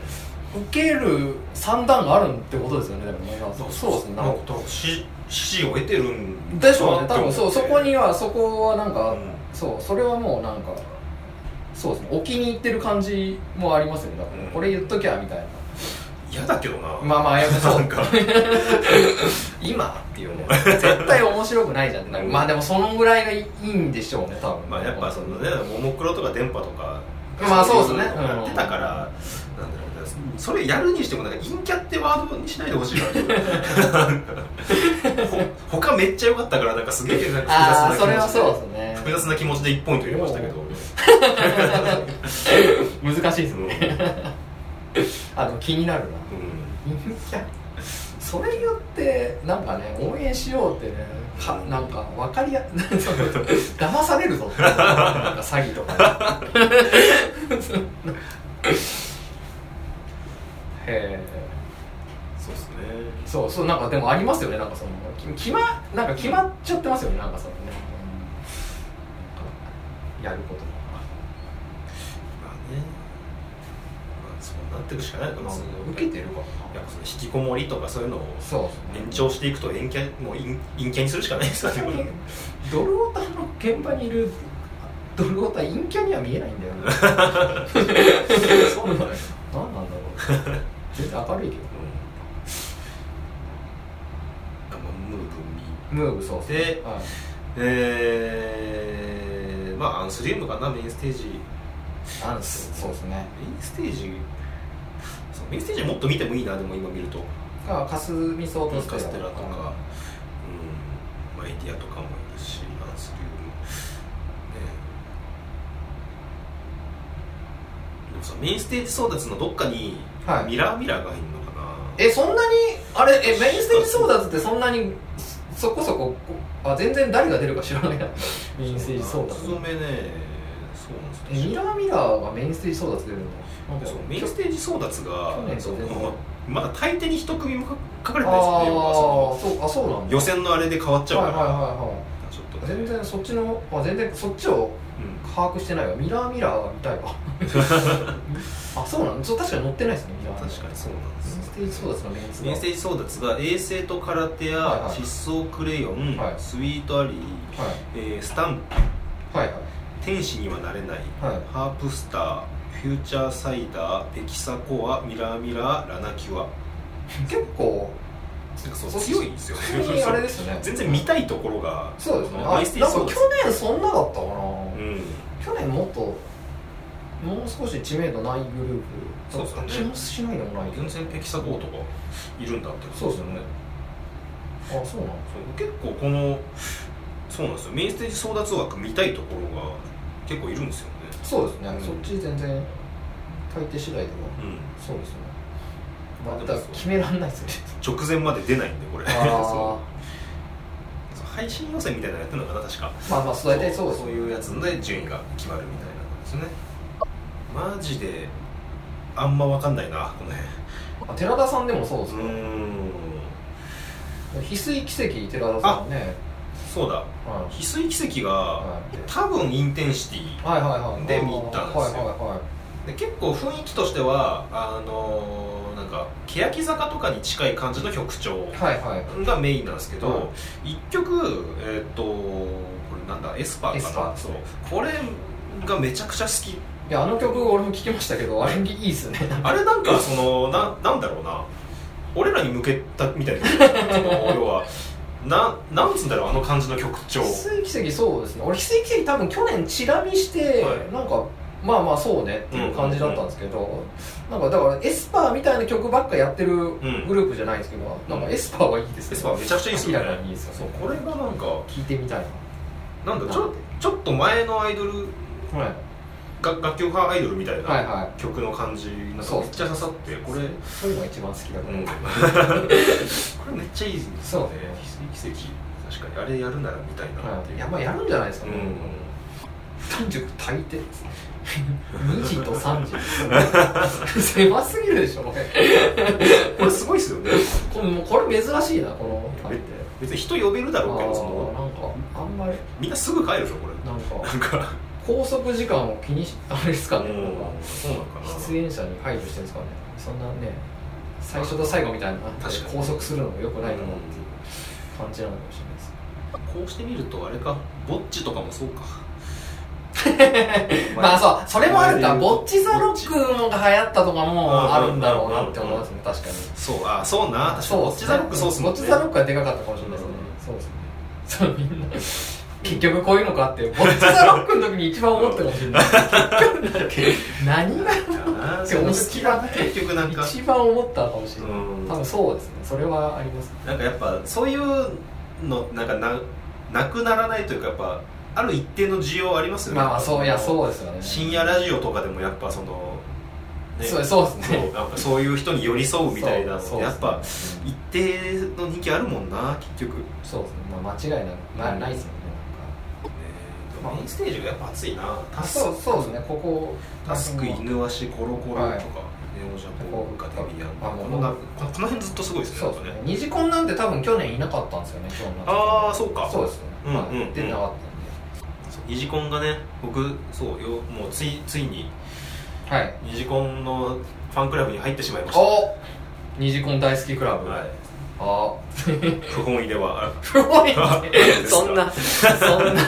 [SPEAKER 2] ける算段があるってことですよねでもねそうですね
[SPEAKER 1] なんか多分し支持を得てるん
[SPEAKER 2] でしょ
[SPEAKER 1] な
[SPEAKER 2] うね多
[SPEAKER 1] って思
[SPEAKER 2] 分
[SPEAKER 1] って
[SPEAKER 2] そうそこにはそこはなんか、
[SPEAKER 1] うん
[SPEAKER 2] そうそれはもうなんかそうですねお気に入ってる感じもありますよねだから
[SPEAKER 1] うん
[SPEAKER 2] これ言っときゃみたいな、
[SPEAKER 1] 嫌だけどな、
[SPEAKER 2] まあまあやっぱそう
[SPEAKER 1] なんか
[SPEAKER 2] 今っていうね絶対面白くないじゃ んまあでもそのぐらいがいいんでしょうね多分
[SPEAKER 1] まあやっぱそのねももクロとか電波とか
[SPEAKER 2] まあそうですね
[SPEAKER 1] いのやってたから、なんだろうなそれやるにしてもなんか陰キャってワードにしないでほしいなほ 他めっちゃ良かったからなんかすげえなんか
[SPEAKER 2] ああ
[SPEAKER 1] 複雑な気持ち
[SPEAKER 2] それはそう
[SPEAKER 1] で
[SPEAKER 2] です
[SPEAKER 1] 複雑な気持ちで1ポイント入れましたけど
[SPEAKER 2] おね難しいです
[SPEAKER 1] うん
[SPEAKER 2] ねあでも気になるな
[SPEAKER 1] う
[SPEAKER 2] いやそれによってなんかね応援しようってねかなんか分かりや 騙されるぞなんか詐欺とかね
[SPEAKER 1] ん
[SPEAKER 2] へえ
[SPEAKER 1] そうですね
[SPEAKER 2] そうそうなんかでもありますよねなんかそのき決まなんか決まっちゃってますよねなんかそのね、うんなんかやること
[SPEAKER 1] まあね、まあ、そうなっていくしかないか
[SPEAKER 2] が、ま
[SPEAKER 1] な
[SPEAKER 2] あ
[SPEAKER 1] その、
[SPEAKER 2] 受けてるか
[SPEAKER 1] や
[SPEAKER 2] ら
[SPEAKER 1] っ
[SPEAKER 2] な
[SPEAKER 1] ぱその引きこもりとかそういうのを
[SPEAKER 2] そう
[SPEAKER 1] 延長していくと陰キャもう陰陰キャにするしかないですよ
[SPEAKER 2] 最近
[SPEAKER 1] ね
[SPEAKER 2] ドルオタの現場にいるドルオタ陰キャには見えないんだよねそうなんだよ何なんだろう全然明るいけど
[SPEAKER 1] うんあまあムーブ見
[SPEAKER 2] ムーブそうそう
[SPEAKER 1] で
[SPEAKER 2] はい
[SPEAKER 1] えー、まあアンスリウムかなメインステージメイ
[SPEAKER 2] あのそうですね
[SPEAKER 1] ンステージそうメインステージもっと見てもいいなでも今見ると
[SPEAKER 2] がかすみそうと
[SPEAKER 1] カステラとか、うんまあ、いディアとかもいるしアンスリウムねでもさメインステージ争奪のどっかに
[SPEAKER 2] はい
[SPEAKER 1] ミラーミラーが入るのかな、
[SPEAKER 2] えそんなにあれえメインステージ争奪ってそんなにそそこそこあ全然誰が出るか知らないなメインステージ争
[SPEAKER 1] おすす
[SPEAKER 2] 奪
[SPEAKER 1] めねそうなんですよ
[SPEAKER 2] えミラーミラーがメインステージ争奪出るのなんか
[SPEAKER 1] そうメインステージ争奪
[SPEAKER 2] 去
[SPEAKER 1] が
[SPEAKER 2] 年と
[SPEAKER 1] そ
[SPEAKER 2] 全
[SPEAKER 1] の
[SPEAKER 2] 然
[SPEAKER 1] まだ大抵に一組もか書かれて
[SPEAKER 2] あ
[SPEAKER 1] ないですよね要
[SPEAKER 2] あ
[SPEAKER 1] はその
[SPEAKER 2] そうあそうなんだ
[SPEAKER 1] 予選のあれで変わっちゃうから、
[SPEAKER 2] はいはいはいはい
[SPEAKER 1] ちょっとね
[SPEAKER 2] 全然そっちの、まあ、全然そっち
[SPEAKER 1] う
[SPEAKER 2] を
[SPEAKER 1] ん
[SPEAKER 2] 把握してないわミラーミラーが見たいわ あそうなのそう確かに載ってないですねミラーミラー
[SPEAKER 1] 確かにそうなんで
[SPEAKER 2] メイ
[SPEAKER 1] す
[SPEAKER 2] ンステージそうですねメインステ
[SPEAKER 1] メインステ
[SPEAKER 2] ー
[SPEAKER 1] ージ争奪が衛星と空手
[SPEAKER 2] はい
[SPEAKER 1] や
[SPEAKER 2] はい
[SPEAKER 1] 失踪クレヨン、
[SPEAKER 2] はい
[SPEAKER 1] スイートアリー、
[SPEAKER 2] ジはい
[SPEAKER 1] えースタンプ
[SPEAKER 2] はいはい
[SPEAKER 1] 天使にはなれない、
[SPEAKER 2] はい
[SPEAKER 1] ハープスターフューチャーサイダーテキサコアミラーミラーラナキュア
[SPEAKER 2] 結構
[SPEAKER 1] なんかそう
[SPEAKER 2] そう
[SPEAKER 1] 強いんですよね
[SPEAKER 2] 普通にあれですよね
[SPEAKER 1] 全然見たいところが
[SPEAKER 2] そうですねあ
[SPEAKER 1] マ
[SPEAKER 2] なん
[SPEAKER 1] イ
[SPEAKER 2] か
[SPEAKER 1] ステージ
[SPEAKER 2] 去
[SPEAKER 1] 争奪
[SPEAKER 2] 年そんなだったかな、
[SPEAKER 1] うん
[SPEAKER 2] 去年もっともう少し知名度ないグループだっ
[SPEAKER 1] そう
[SPEAKER 2] た
[SPEAKER 1] で
[SPEAKER 2] 気
[SPEAKER 1] すね
[SPEAKER 2] もしないでもないけど
[SPEAKER 1] 全然テキサコアとかいるんだって
[SPEAKER 2] そうですよねあそうなん
[SPEAKER 1] そう結構このそうなんですよメインステージ争奪枠見たいところが結構いるんですよね
[SPEAKER 2] そうですね、
[SPEAKER 1] うん
[SPEAKER 2] そっち全然大抵次第では
[SPEAKER 1] うん
[SPEAKER 2] そうですねまあ
[SPEAKER 1] でも
[SPEAKER 2] だか
[SPEAKER 1] そ
[SPEAKER 2] ら
[SPEAKER 1] う
[SPEAKER 2] 決めらんないですよね
[SPEAKER 1] 直前まで出ないんでこれ
[SPEAKER 2] あ
[SPEAKER 1] そうそう配信予選みたいなのやってるのかな確か
[SPEAKER 2] ーまあまあそう大体そうです
[SPEAKER 1] そういうやつで順位が決まるみたいなのですねマジであんま分かんないなこの
[SPEAKER 2] あ寺田さんでもそうです
[SPEAKER 1] 辺うーん
[SPEAKER 2] 翡翠奇跡寺田さんね
[SPEAKER 1] そうだ
[SPEAKER 2] はい
[SPEAKER 1] 翡翠奇跡が
[SPEAKER 2] はい
[SPEAKER 1] 多分インテンシティ
[SPEAKER 2] はいはいはい
[SPEAKER 1] で見たんですよ
[SPEAKER 2] はいは
[SPEAKER 1] で結構雰囲気としてはあのーなんか欅坂とかに近い感じの曲調
[SPEAKER 2] いはいはいは
[SPEAKER 1] がメインなんですけ
[SPEAKER 2] は
[SPEAKER 1] ど、一曲えーっ、とこれなんだエスパー
[SPEAKER 2] エ
[SPEAKER 1] か
[SPEAKER 2] スパ
[SPEAKER 1] な
[SPEAKER 2] ー
[SPEAKER 1] そうこれがめちゃくちゃ好き
[SPEAKER 2] いいやあの曲俺も聴きましたけどあれいいっすね
[SPEAKER 1] あれなんかそのななんだろうな俺らに向けたみたいな その要はななんつうんだろうあの感じの曲調
[SPEAKER 2] 翡翠奇跡そうですね俺翡翠奇跡多分去年チラ見して、
[SPEAKER 1] はい
[SPEAKER 2] なんかまあまあそうねっていう感じだったんですけど、なんかだからエスパーみたいな曲ばっかやってる
[SPEAKER 1] ん
[SPEAKER 2] グループじゃないんですけど、なんかエスパーはいいですね
[SPEAKER 1] エスパーめちゃくちゃいいですよね
[SPEAKER 2] 明らかにいいですよ
[SPEAKER 1] そう
[SPEAKER 2] ね
[SPEAKER 1] これがなんか
[SPEAKER 2] 聞いてみたい
[SPEAKER 1] なんだちょちょっと前のアイドル
[SPEAKER 2] な、はい、
[SPEAKER 1] が楽曲派アイドルみたい
[SPEAKER 2] はい
[SPEAKER 1] な
[SPEAKER 2] は
[SPEAKER 1] 曲の感じなんか
[SPEAKER 2] そう
[SPEAKER 1] めっちゃ刺さって
[SPEAKER 2] い
[SPEAKER 1] これ
[SPEAKER 2] そういうのが一番好きだか
[SPEAKER 1] う
[SPEAKER 2] ら、
[SPEAKER 1] んこれめっちゃいいですね
[SPEAKER 2] そう
[SPEAKER 1] 奇跡確かにあれやるなら見たいなって
[SPEAKER 2] はいい、
[SPEAKER 1] う、
[SPEAKER 2] いやまあやるんじゃないですかね、三十足りて2時と3時 狭すぎるでしょこれ
[SPEAKER 1] うん、これすごいですよね
[SPEAKER 2] これもうこれ珍しいなこの
[SPEAKER 1] め別に人呼べるだ
[SPEAKER 2] あ
[SPEAKER 1] ろうけどそ
[SPEAKER 2] ーな
[SPEAKER 1] の
[SPEAKER 2] んかあんまり
[SPEAKER 1] みんなすぐ帰るでしょこれ
[SPEAKER 2] なんか
[SPEAKER 1] なんか
[SPEAKER 2] 拘束時間を気にしあれですかね、なんか
[SPEAKER 1] そうなのかな
[SPEAKER 2] 出演者に配慮してるんですかねそんなね最初と最後みたいな
[SPEAKER 1] 確かに
[SPEAKER 2] 拘束するのもよくないかなっていう感じなのかもしれないです
[SPEAKER 1] こうしてみるとあれかぼっちとかもそうか
[SPEAKER 2] まあそうそれもあるかぼっちザロ
[SPEAKER 1] ぼっち
[SPEAKER 2] ックのが流行ったとかもあるんだろうなって思いますね確かに
[SPEAKER 1] そうあそうな確かにぼっちザロックそうっすもんね
[SPEAKER 2] ボッチザロックはでかかったかもしれないですね、そうですねそうみんな結局こういうのかってボッチザロックの時に一番思ったかもしれない何が
[SPEAKER 1] あー
[SPEAKER 2] で
[SPEAKER 1] そう
[SPEAKER 2] も
[SPEAKER 1] 好
[SPEAKER 2] 好
[SPEAKER 1] き
[SPEAKER 2] き
[SPEAKER 1] だ
[SPEAKER 2] だ
[SPEAKER 1] ね
[SPEAKER 2] ね
[SPEAKER 1] 結局なんか
[SPEAKER 2] 一番思ったかもし
[SPEAKER 1] う
[SPEAKER 2] れない、
[SPEAKER 1] ん
[SPEAKER 2] 多分そうですねそれはあります
[SPEAKER 1] なんかやっぱそういうのなんかななくならないというかやっぱある一定の需要ありますよね
[SPEAKER 2] まあまあそういやそうですよね
[SPEAKER 1] 深夜ラジオとかでもやっぱその、ね
[SPEAKER 2] そうそうです
[SPEAKER 1] そう
[SPEAKER 2] ね
[SPEAKER 1] やっぱそういう人に寄り添うみたいなのっ
[SPEAKER 2] そ
[SPEAKER 1] て
[SPEAKER 2] う
[SPEAKER 1] やっぱ
[SPEAKER 2] そう
[SPEAKER 1] 一定の人気あるもんな結局、ね
[SPEAKER 2] そうですね、まあ、間違いなくなないですもんねまあ
[SPEAKER 1] メインステージがやっぱ熱いな
[SPEAKER 2] なんかそうそうですねここ
[SPEAKER 1] タスク犬足コロコロとか、
[SPEAKER 2] はい
[SPEAKER 1] ネオジャポンカデミアン
[SPEAKER 2] あ
[SPEAKER 1] こ
[SPEAKER 2] もう
[SPEAKER 1] のなここの辺ずっとすごいですね
[SPEAKER 2] そう
[SPEAKER 1] やっ
[SPEAKER 2] です
[SPEAKER 1] ぱ
[SPEAKER 2] ね二次コンなんて多分去年いなかったんですよね今日
[SPEAKER 1] ああそうか
[SPEAKER 2] そうですよね、
[SPEAKER 1] うん
[SPEAKER 2] まあ
[SPEAKER 1] うん
[SPEAKER 2] 出てなかったんで、
[SPEAKER 1] ニジコンがね僕そうよもうついついに
[SPEAKER 2] はい
[SPEAKER 1] ニジコンのファンクラブに入ってしまいました
[SPEAKER 2] お二次コン大好きクラブ、
[SPEAKER 1] はい
[SPEAKER 2] あ
[SPEAKER 1] 不本意ではあ
[SPEAKER 2] すごい
[SPEAKER 1] ですか
[SPEAKER 2] そんなそん
[SPEAKER 1] いや
[SPEAKER 2] な
[SPEAKER 1] やっ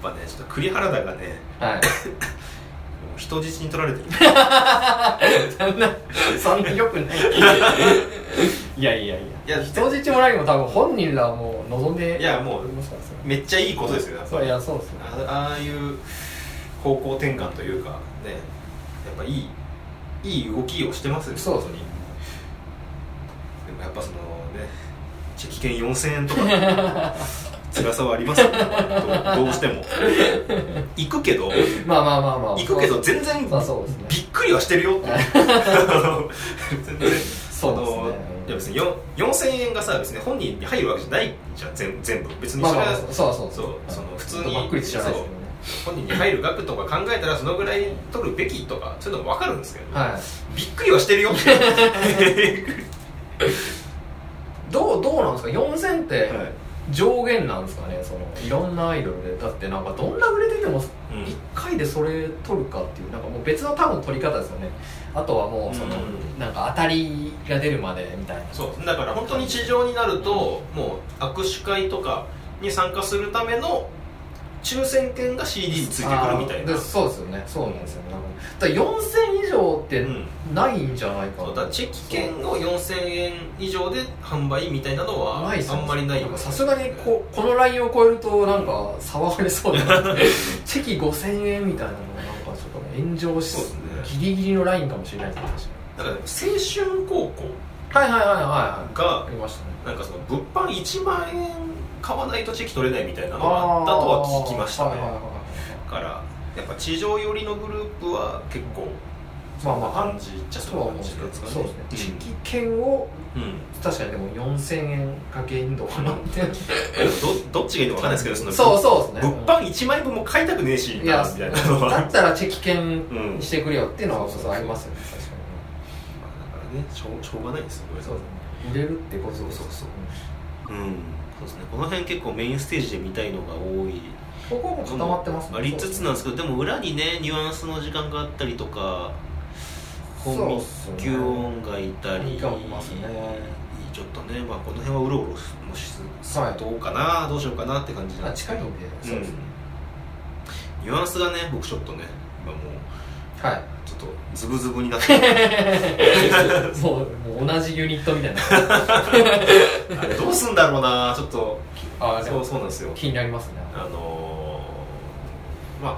[SPEAKER 1] ぱねちょっと栗原田がね
[SPEAKER 2] はい
[SPEAKER 1] もう人質に取られてる
[SPEAKER 2] そんなそんなよくないいやいやい
[SPEAKER 1] いや
[SPEAKER 2] 人質もラインも多分本人らはもう望んで
[SPEAKER 1] いやもう
[SPEAKER 2] おりますからそれ
[SPEAKER 1] めっちゃいいことですよやっぱ
[SPEAKER 2] そういやそうですね
[SPEAKER 1] あああいう方向転換というかねやっぱいいいい動きをしてますよ
[SPEAKER 2] そうですね
[SPEAKER 1] でもやっぱそのねじゃあ危険4000円と か辛さはありますよねどうどうしても行くけど
[SPEAKER 2] まあまあまあまあ
[SPEAKER 1] 行くけど全然
[SPEAKER 2] まあそうですね
[SPEAKER 1] びっくりはしてるよって あの全然
[SPEAKER 2] そうで
[SPEAKER 1] あ
[SPEAKER 2] すね
[SPEAKER 1] のいや別によ4000円がさ別に本人に入るわけじゃないじゃん全全部別に
[SPEAKER 2] まあ
[SPEAKER 1] それは、
[SPEAKER 2] まあそうそうそう
[SPEAKER 1] そうその普通に
[SPEAKER 2] ちょっとばっくり知らないですけどね
[SPEAKER 1] 本人に入る額とか考えたらそのぐらい取るべきとかそういうのが分かるんですけど、
[SPEAKER 2] はい
[SPEAKER 1] びっくりはしてる よ
[SPEAKER 2] どうどうなんですか4000って
[SPEAKER 1] はい
[SPEAKER 2] 上限なんですかねそのいろんなアイドルでだってなんかどんな売れてても
[SPEAKER 1] うん
[SPEAKER 2] 1回でそれ取るかっていうなんかもう別の多分取り方ですよねあとはもうその
[SPEAKER 1] うん
[SPEAKER 2] なんか当たりが出るまでみたいな
[SPEAKER 1] そうだから本当に地上になるともう握手会とかに参加するための抽選券が CD についてくるみたいな
[SPEAKER 2] あーでそうですよねそうなんですよねなんかだから4000以上って
[SPEAKER 1] うん
[SPEAKER 2] ないんじゃない
[SPEAKER 1] そ
[SPEAKER 2] かな
[SPEAKER 1] うだからチェキ券を4000円以上で販売みたいなのは
[SPEAKER 2] な
[SPEAKER 1] あ
[SPEAKER 2] いっすよね
[SPEAKER 1] んまりないよ
[SPEAKER 2] ん
[SPEAKER 1] ね
[SPEAKER 2] かさすがにここのラインを超えるとなんか騒がれそうだなって チェキ5000円みたいなのがなんかちょっと炎上し
[SPEAKER 1] そうですね
[SPEAKER 2] ギリギリのラインかもしれないですね
[SPEAKER 1] だから青春高校
[SPEAKER 2] 確かにはいはいはいはいはい
[SPEAKER 1] が
[SPEAKER 2] ありましたね
[SPEAKER 1] なんかその物販1万円買わないとチェキ取れないみたいなのがあったとは聞きました
[SPEAKER 2] あーはいはい
[SPEAKER 1] ね
[SPEAKER 2] はいはい
[SPEAKER 1] だからやっぱ地上寄りのグループは結構
[SPEAKER 2] まあまああ
[SPEAKER 1] 感じっちゃ
[SPEAKER 2] そ
[SPEAKER 1] そう
[SPEAKER 2] は
[SPEAKER 1] う
[SPEAKER 2] 思
[SPEAKER 1] な
[SPEAKER 2] うん
[SPEAKER 1] 感
[SPEAKER 2] で
[SPEAKER 1] じ
[SPEAKER 2] すけ
[SPEAKER 1] なんですかね
[SPEAKER 2] どそうですねチェキ券を
[SPEAKER 1] うんうん
[SPEAKER 2] 確かにでも4000円が限度かなって
[SPEAKER 1] どどっちがいいのかわかんないですけどその
[SPEAKER 2] そうそうですね
[SPEAKER 1] 物販1枚分も買いたくねえし
[SPEAKER 2] いや
[SPEAKER 1] みた いなのは
[SPEAKER 2] だったらチェキ券
[SPEAKER 1] うん
[SPEAKER 2] にしてくれよっていうのはそうありますよね確か
[SPEAKER 1] まあだからねしょうしょうがないですよこれ
[SPEAKER 2] にそうですね売れるってことですよね
[SPEAKER 1] そうそううんそうですねこの辺結構メインステージで見たいのが多い
[SPEAKER 2] ここも固まってます
[SPEAKER 1] ありつつなんですけどでも裏にねニュアンスの時間があったりとか
[SPEAKER 2] そう
[SPEAKER 1] 本
[SPEAKER 2] っすね
[SPEAKER 1] 気音がいたり
[SPEAKER 2] いいかもいますね
[SPEAKER 1] ちょっとね、まあ、この辺はうろうろもしつつ、
[SPEAKER 2] はい
[SPEAKER 1] どうかなどうしようかなって感じなん
[SPEAKER 2] あ
[SPEAKER 1] です
[SPEAKER 2] 近いんで
[SPEAKER 1] う
[SPEAKER 2] そうですね
[SPEAKER 1] ん、ニュアンスがね僕ちょっとね今もう
[SPEAKER 2] はい
[SPEAKER 1] ちょっとズブズブになって る
[SPEAKER 2] もうもう同じユニットみたいな
[SPEAKER 1] あれどうすんだろうなちょっと
[SPEAKER 2] あ
[SPEAKER 1] そうそうなんですよ
[SPEAKER 2] 気になりますね
[SPEAKER 1] あのーま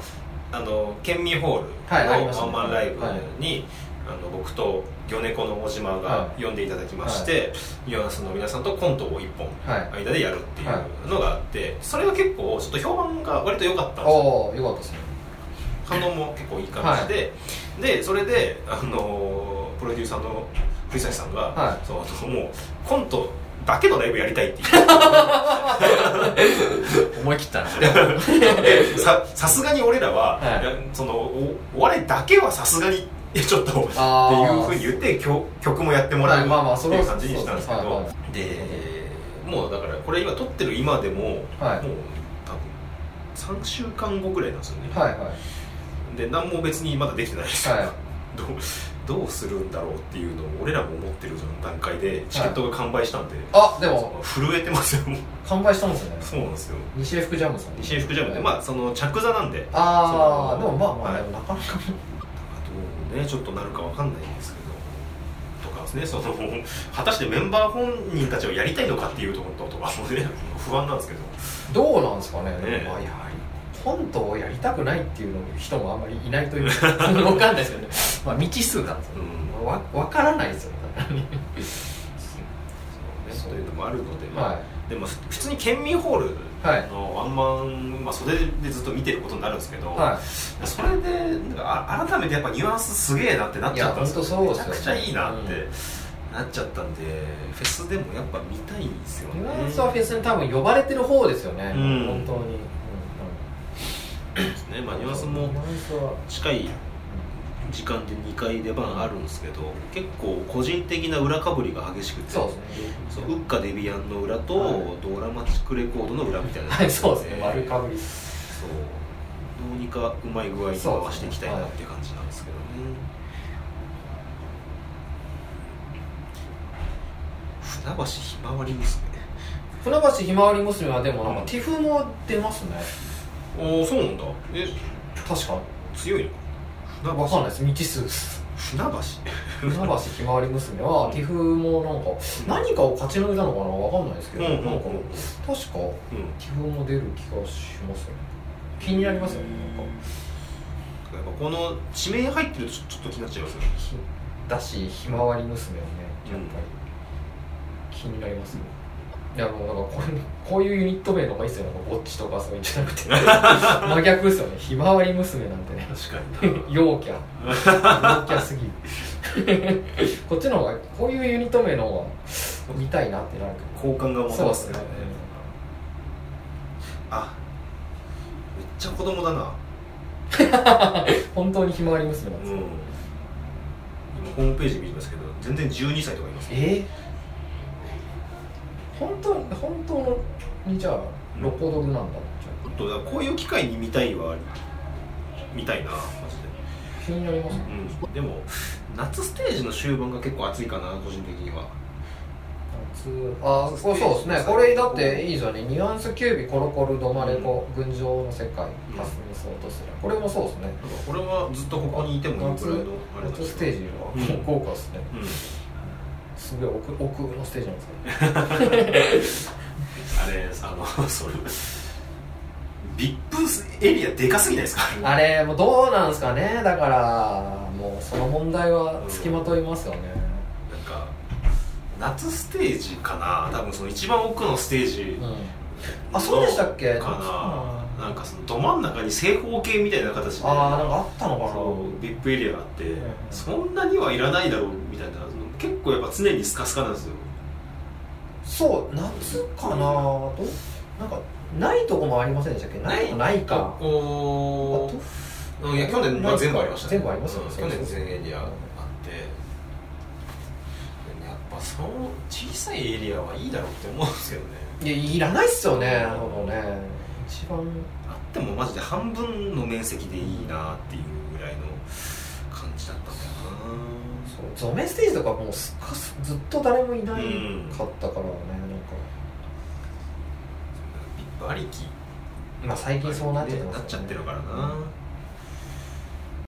[SPEAKER 1] ああの県民ホール
[SPEAKER 2] はいありま
[SPEAKER 1] の
[SPEAKER 2] し
[SPEAKER 1] ワ
[SPEAKER 2] たね
[SPEAKER 1] ンマンライブに、あの僕と魚猫の小島が
[SPEAKER 2] はい
[SPEAKER 1] 呼んでいただきまして、ニュアンスの皆さんとコントを1本
[SPEAKER 2] はい
[SPEAKER 1] 間でやるっていうのがあって、それが結構ちょっと評判が割と良かったんですよ
[SPEAKER 2] おおよかったですね
[SPEAKER 1] 反応も結構いい感じで、でそれで、あのープロデューサーの藤崎さんが、
[SPEAKER 2] は
[SPEAKER 1] そうあのもうコントだけのライブやりたいって言って
[SPEAKER 2] 思い切ったな
[SPEAKER 1] でささすがに俺らは、
[SPEAKER 2] はい
[SPEAKER 1] いやそのおお笑いだけはさすがにいやちょっとって
[SPEAKER 2] あー
[SPEAKER 1] いうふうに言って曲曲もやってもらう
[SPEAKER 2] まあまあ
[SPEAKER 1] って
[SPEAKER 2] それ
[SPEAKER 1] い
[SPEAKER 2] は
[SPEAKER 1] う感じにしたんですけ
[SPEAKER 2] そう
[SPEAKER 1] ど
[SPEAKER 2] です
[SPEAKER 1] でもうだからこれ今撮ってる今でも、
[SPEAKER 2] は
[SPEAKER 1] も
[SPEAKER 2] い
[SPEAKER 1] う多分3週間後ぐらいなんですよね、
[SPEAKER 2] はいはいは
[SPEAKER 1] で何も別にまだできてないです
[SPEAKER 2] い
[SPEAKER 1] どうどうするんだろうっていうのを俺らも思ってる段階でチケットが完売したんで、
[SPEAKER 2] あでも
[SPEAKER 1] その震えてますよもう
[SPEAKER 2] 完売したんですね
[SPEAKER 1] そうなんですよ
[SPEAKER 2] 西江福ジャムさん
[SPEAKER 1] 西福ジャムで、
[SPEAKER 2] あ
[SPEAKER 1] まあその着座なんで
[SPEAKER 2] あ
[SPEAKER 1] そ
[SPEAKER 2] ー
[SPEAKER 1] の
[SPEAKER 2] でもまあまあ、
[SPEAKER 1] はい
[SPEAKER 2] でもなかなか
[SPEAKER 1] どうねちょっとなるかわかんないんですけどとかですねその果たしてメンバー本人たちをやりたいのかっていうところとかもね不安なんですけど
[SPEAKER 2] どうなんですかねでも
[SPEAKER 1] ね
[SPEAKER 2] まあやはりコントをやりたくないっていうの人もあんまりいないという かわかんないですよねまあ未知数なんですよね
[SPEAKER 1] うん
[SPEAKER 2] わわからないですよね
[SPEAKER 1] そうねというのもあるので、まあ
[SPEAKER 2] は
[SPEAKER 1] でも普通に県民ホール
[SPEAKER 2] いはい
[SPEAKER 1] のワンマン、まあ、袖でずっと見てることになるんですけど、
[SPEAKER 2] は
[SPEAKER 1] それでなんかあ改めてやっぱニュアンスすげえなってなっちゃったんです
[SPEAKER 2] いや本当そうですよ
[SPEAKER 1] めちゃく
[SPEAKER 2] ね
[SPEAKER 1] ちゃいいなって、
[SPEAKER 2] う
[SPEAKER 1] なっちゃったんでフェスでもやっぱ見たいんですよ
[SPEAKER 2] い
[SPEAKER 1] ね
[SPEAKER 2] ニュアンスはフェスに多分呼ばれてる方ですよね、
[SPEAKER 1] うん
[SPEAKER 2] 本当に、うん
[SPEAKER 1] ですね、まあ、ニュアンスも
[SPEAKER 2] ニュアンスは
[SPEAKER 1] 近い時間で2回出番あるんですけど結構個人的な裏かぶりが激しくて
[SPEAKER 2] そうですね
[SPEAKER 1] そうウッカデビアンの裏と、
[SPEAKER 2] はい
[SPEAKER 1] ドラマチックレコードの裏みたいな、
[SPEAKER 2] はいそうですね悪
[SPEAKER 1] そ
[SPEAKER 2] かぶり
[SPEAKER 1] うどうにかうまい具合に回していきたいなっていう感じなんですけどね船橋ひまわり娘
[SPEAKER 2] 船橋ひまわり娘はでもなんか
[SPEAKER 1] うん
[SPEAKER 2] TIFF も出ますね
[SPEAKER 1] おおそうなんだえ
[SPEAKER 2] 確か
[SPEAKER 1] 強いの
[SPEAKER 2] わかんないです未知数です
[SPEAKER 1] 船橋
[SPEAKER 2] 船橋ひまわり娘は TIFF もなんか何かを勝ち抜いたのかなわかんないですけど、
[SPEAKER 1] うんうんうん
[SPEAKER 2] なんか確か
[SPEAKER 1] うん
[SPEAKER 2] TIFF も出る気がしますよね気になりますよね
[SPEAKER 1] や
[SPEAKER 2] なんか
[SPEAKER 1] っぱこの地名入ってるとちょちょっと気になっちゃいますよね
[SPEAKER 2] ひだしひまわり娘はねやっぱり
[SPEAKER 1] うん
[SPEAKER 2] 気になりますよ、いやもうなんかこれこういうユニット名の方がいいっすよねなんかぼっちとかそういうんじゃなく て真逆っすよねひまわり娘なんてね
[SPEAKER 1] 確かに
[SPEAKER 2] 陽キャ陽キャすぎる こっちの方がこういうユニット名の方が見たいなってなるけ
[SPEAKER 1] 好感が持
[SPEAKER 2] ど
[SPEAKER 1] て
[SPEAKER 2] そう
[SPEAKER 1] ま
[SPEAKER 2] っ
[SPEAKER 1] す
[SPEAKER 2] す
[SPEAKER 1] よ
[SPEAKER 2] ね
[SPEAKER 1] ねあめっちゃ子供だな
[SPEAKER 2] 本当にひまわり娘な
[SPEAKER 1] うんん
[SPEAKER 2] ですよ、
[SPEAKER 1] 今ホームページ見てますけど全然12歳とかいますね
[SPEAKER 2] え本当本当にじゃあ
[SPEAKER 1] うん
[SPEAKER 2] ロコドルなんだじ
[SPEAKER 1] ち
[SPEAKER 2] ゃ
[SPEAKER 1] ょっとだからこういう機会に見たいはあり見たいなマジで
[SPEAKER 2] あ気になりますね
[SPEAKER 1] うん、でも夏ステージの終盤が結構熱いかな個人的には
[SPEAKER 2] 夏あそうそうですねこれだっていいじゃんねニュアンスキュービコロコルドマレコ、群青の世界
[SPEAKER 1] うん
[SPEAKER 2] かすみそうとするこれもそうですね
[SPEAKER 1] なんかこれはずっとここにいてもいい
[SPEAKER 2] 夏
[SPEAKER 1] くらいのあれなん
[SPEAKER 2] 夏
[SPEAKER 1] です
[SPEAKER 2] ス
[SPEAKER 1] け
[SPEAKER 2] テ
[SPEAKER 1] ど
[SPEAKER 2] ージはもう豪華ですね、
[SPEAKER 1] うん、
[SPEAKER 2] すごい奥奥のステージなんですけど
[SPEAKER 1] あれあの それビップエリアでかすぎないですか
[SPEAKER 2] あれもうどうなんですかねだからもうその問題は付きまといますよね、
[SPEAKER 1] なんか夏ステージかな多分その一番奥のステージ
[SPEAKER 2] うん
[SPEAKER 1] の
[SPEAKER 2] あそうでしたっけ
[SPEAKER 1] かななんかそのど真ん中に正方形みたいな形で
[SPEAKER 2] ああなんかあったのかな
[SPEAKER 1] そうビップエリアがあって、
[SPEAKER 2] ん
[SPEAKER 1] そんなにはいらないだろうみたいな結構やっぱ常にスカスカなんですよ
[SPEAKER 2] そう夏かなどなんかないとこもありませんでしたっけないとこないか
[SPEAKER 1] お
[SPEAKER 2] あと
[SPEAKER 1] うんいや去年、まあ、全部ありましたね
[SPEAKER 2] 全部ありますよね
[SPEAKER 1] うん去年全エリアあってでねやっぱその小さいエリアはいいだろうって思うんですけどね
[SPEAKER 2] いやいらないっすよねなるほどね一番
[SPEAKER 1] あってもマジで半分の面積でいいなっていうぐらいの感じだったんだよ
[SPEAKER 2] そうゾメステージとかもうすっかすずっと誰もいないかったからね、なんか
[SPEAKER 1] なビップありき
[SPEAKER 2] まあ最近そうなっちゃってますよね
[SPEAKER 1] なっちゃってるからな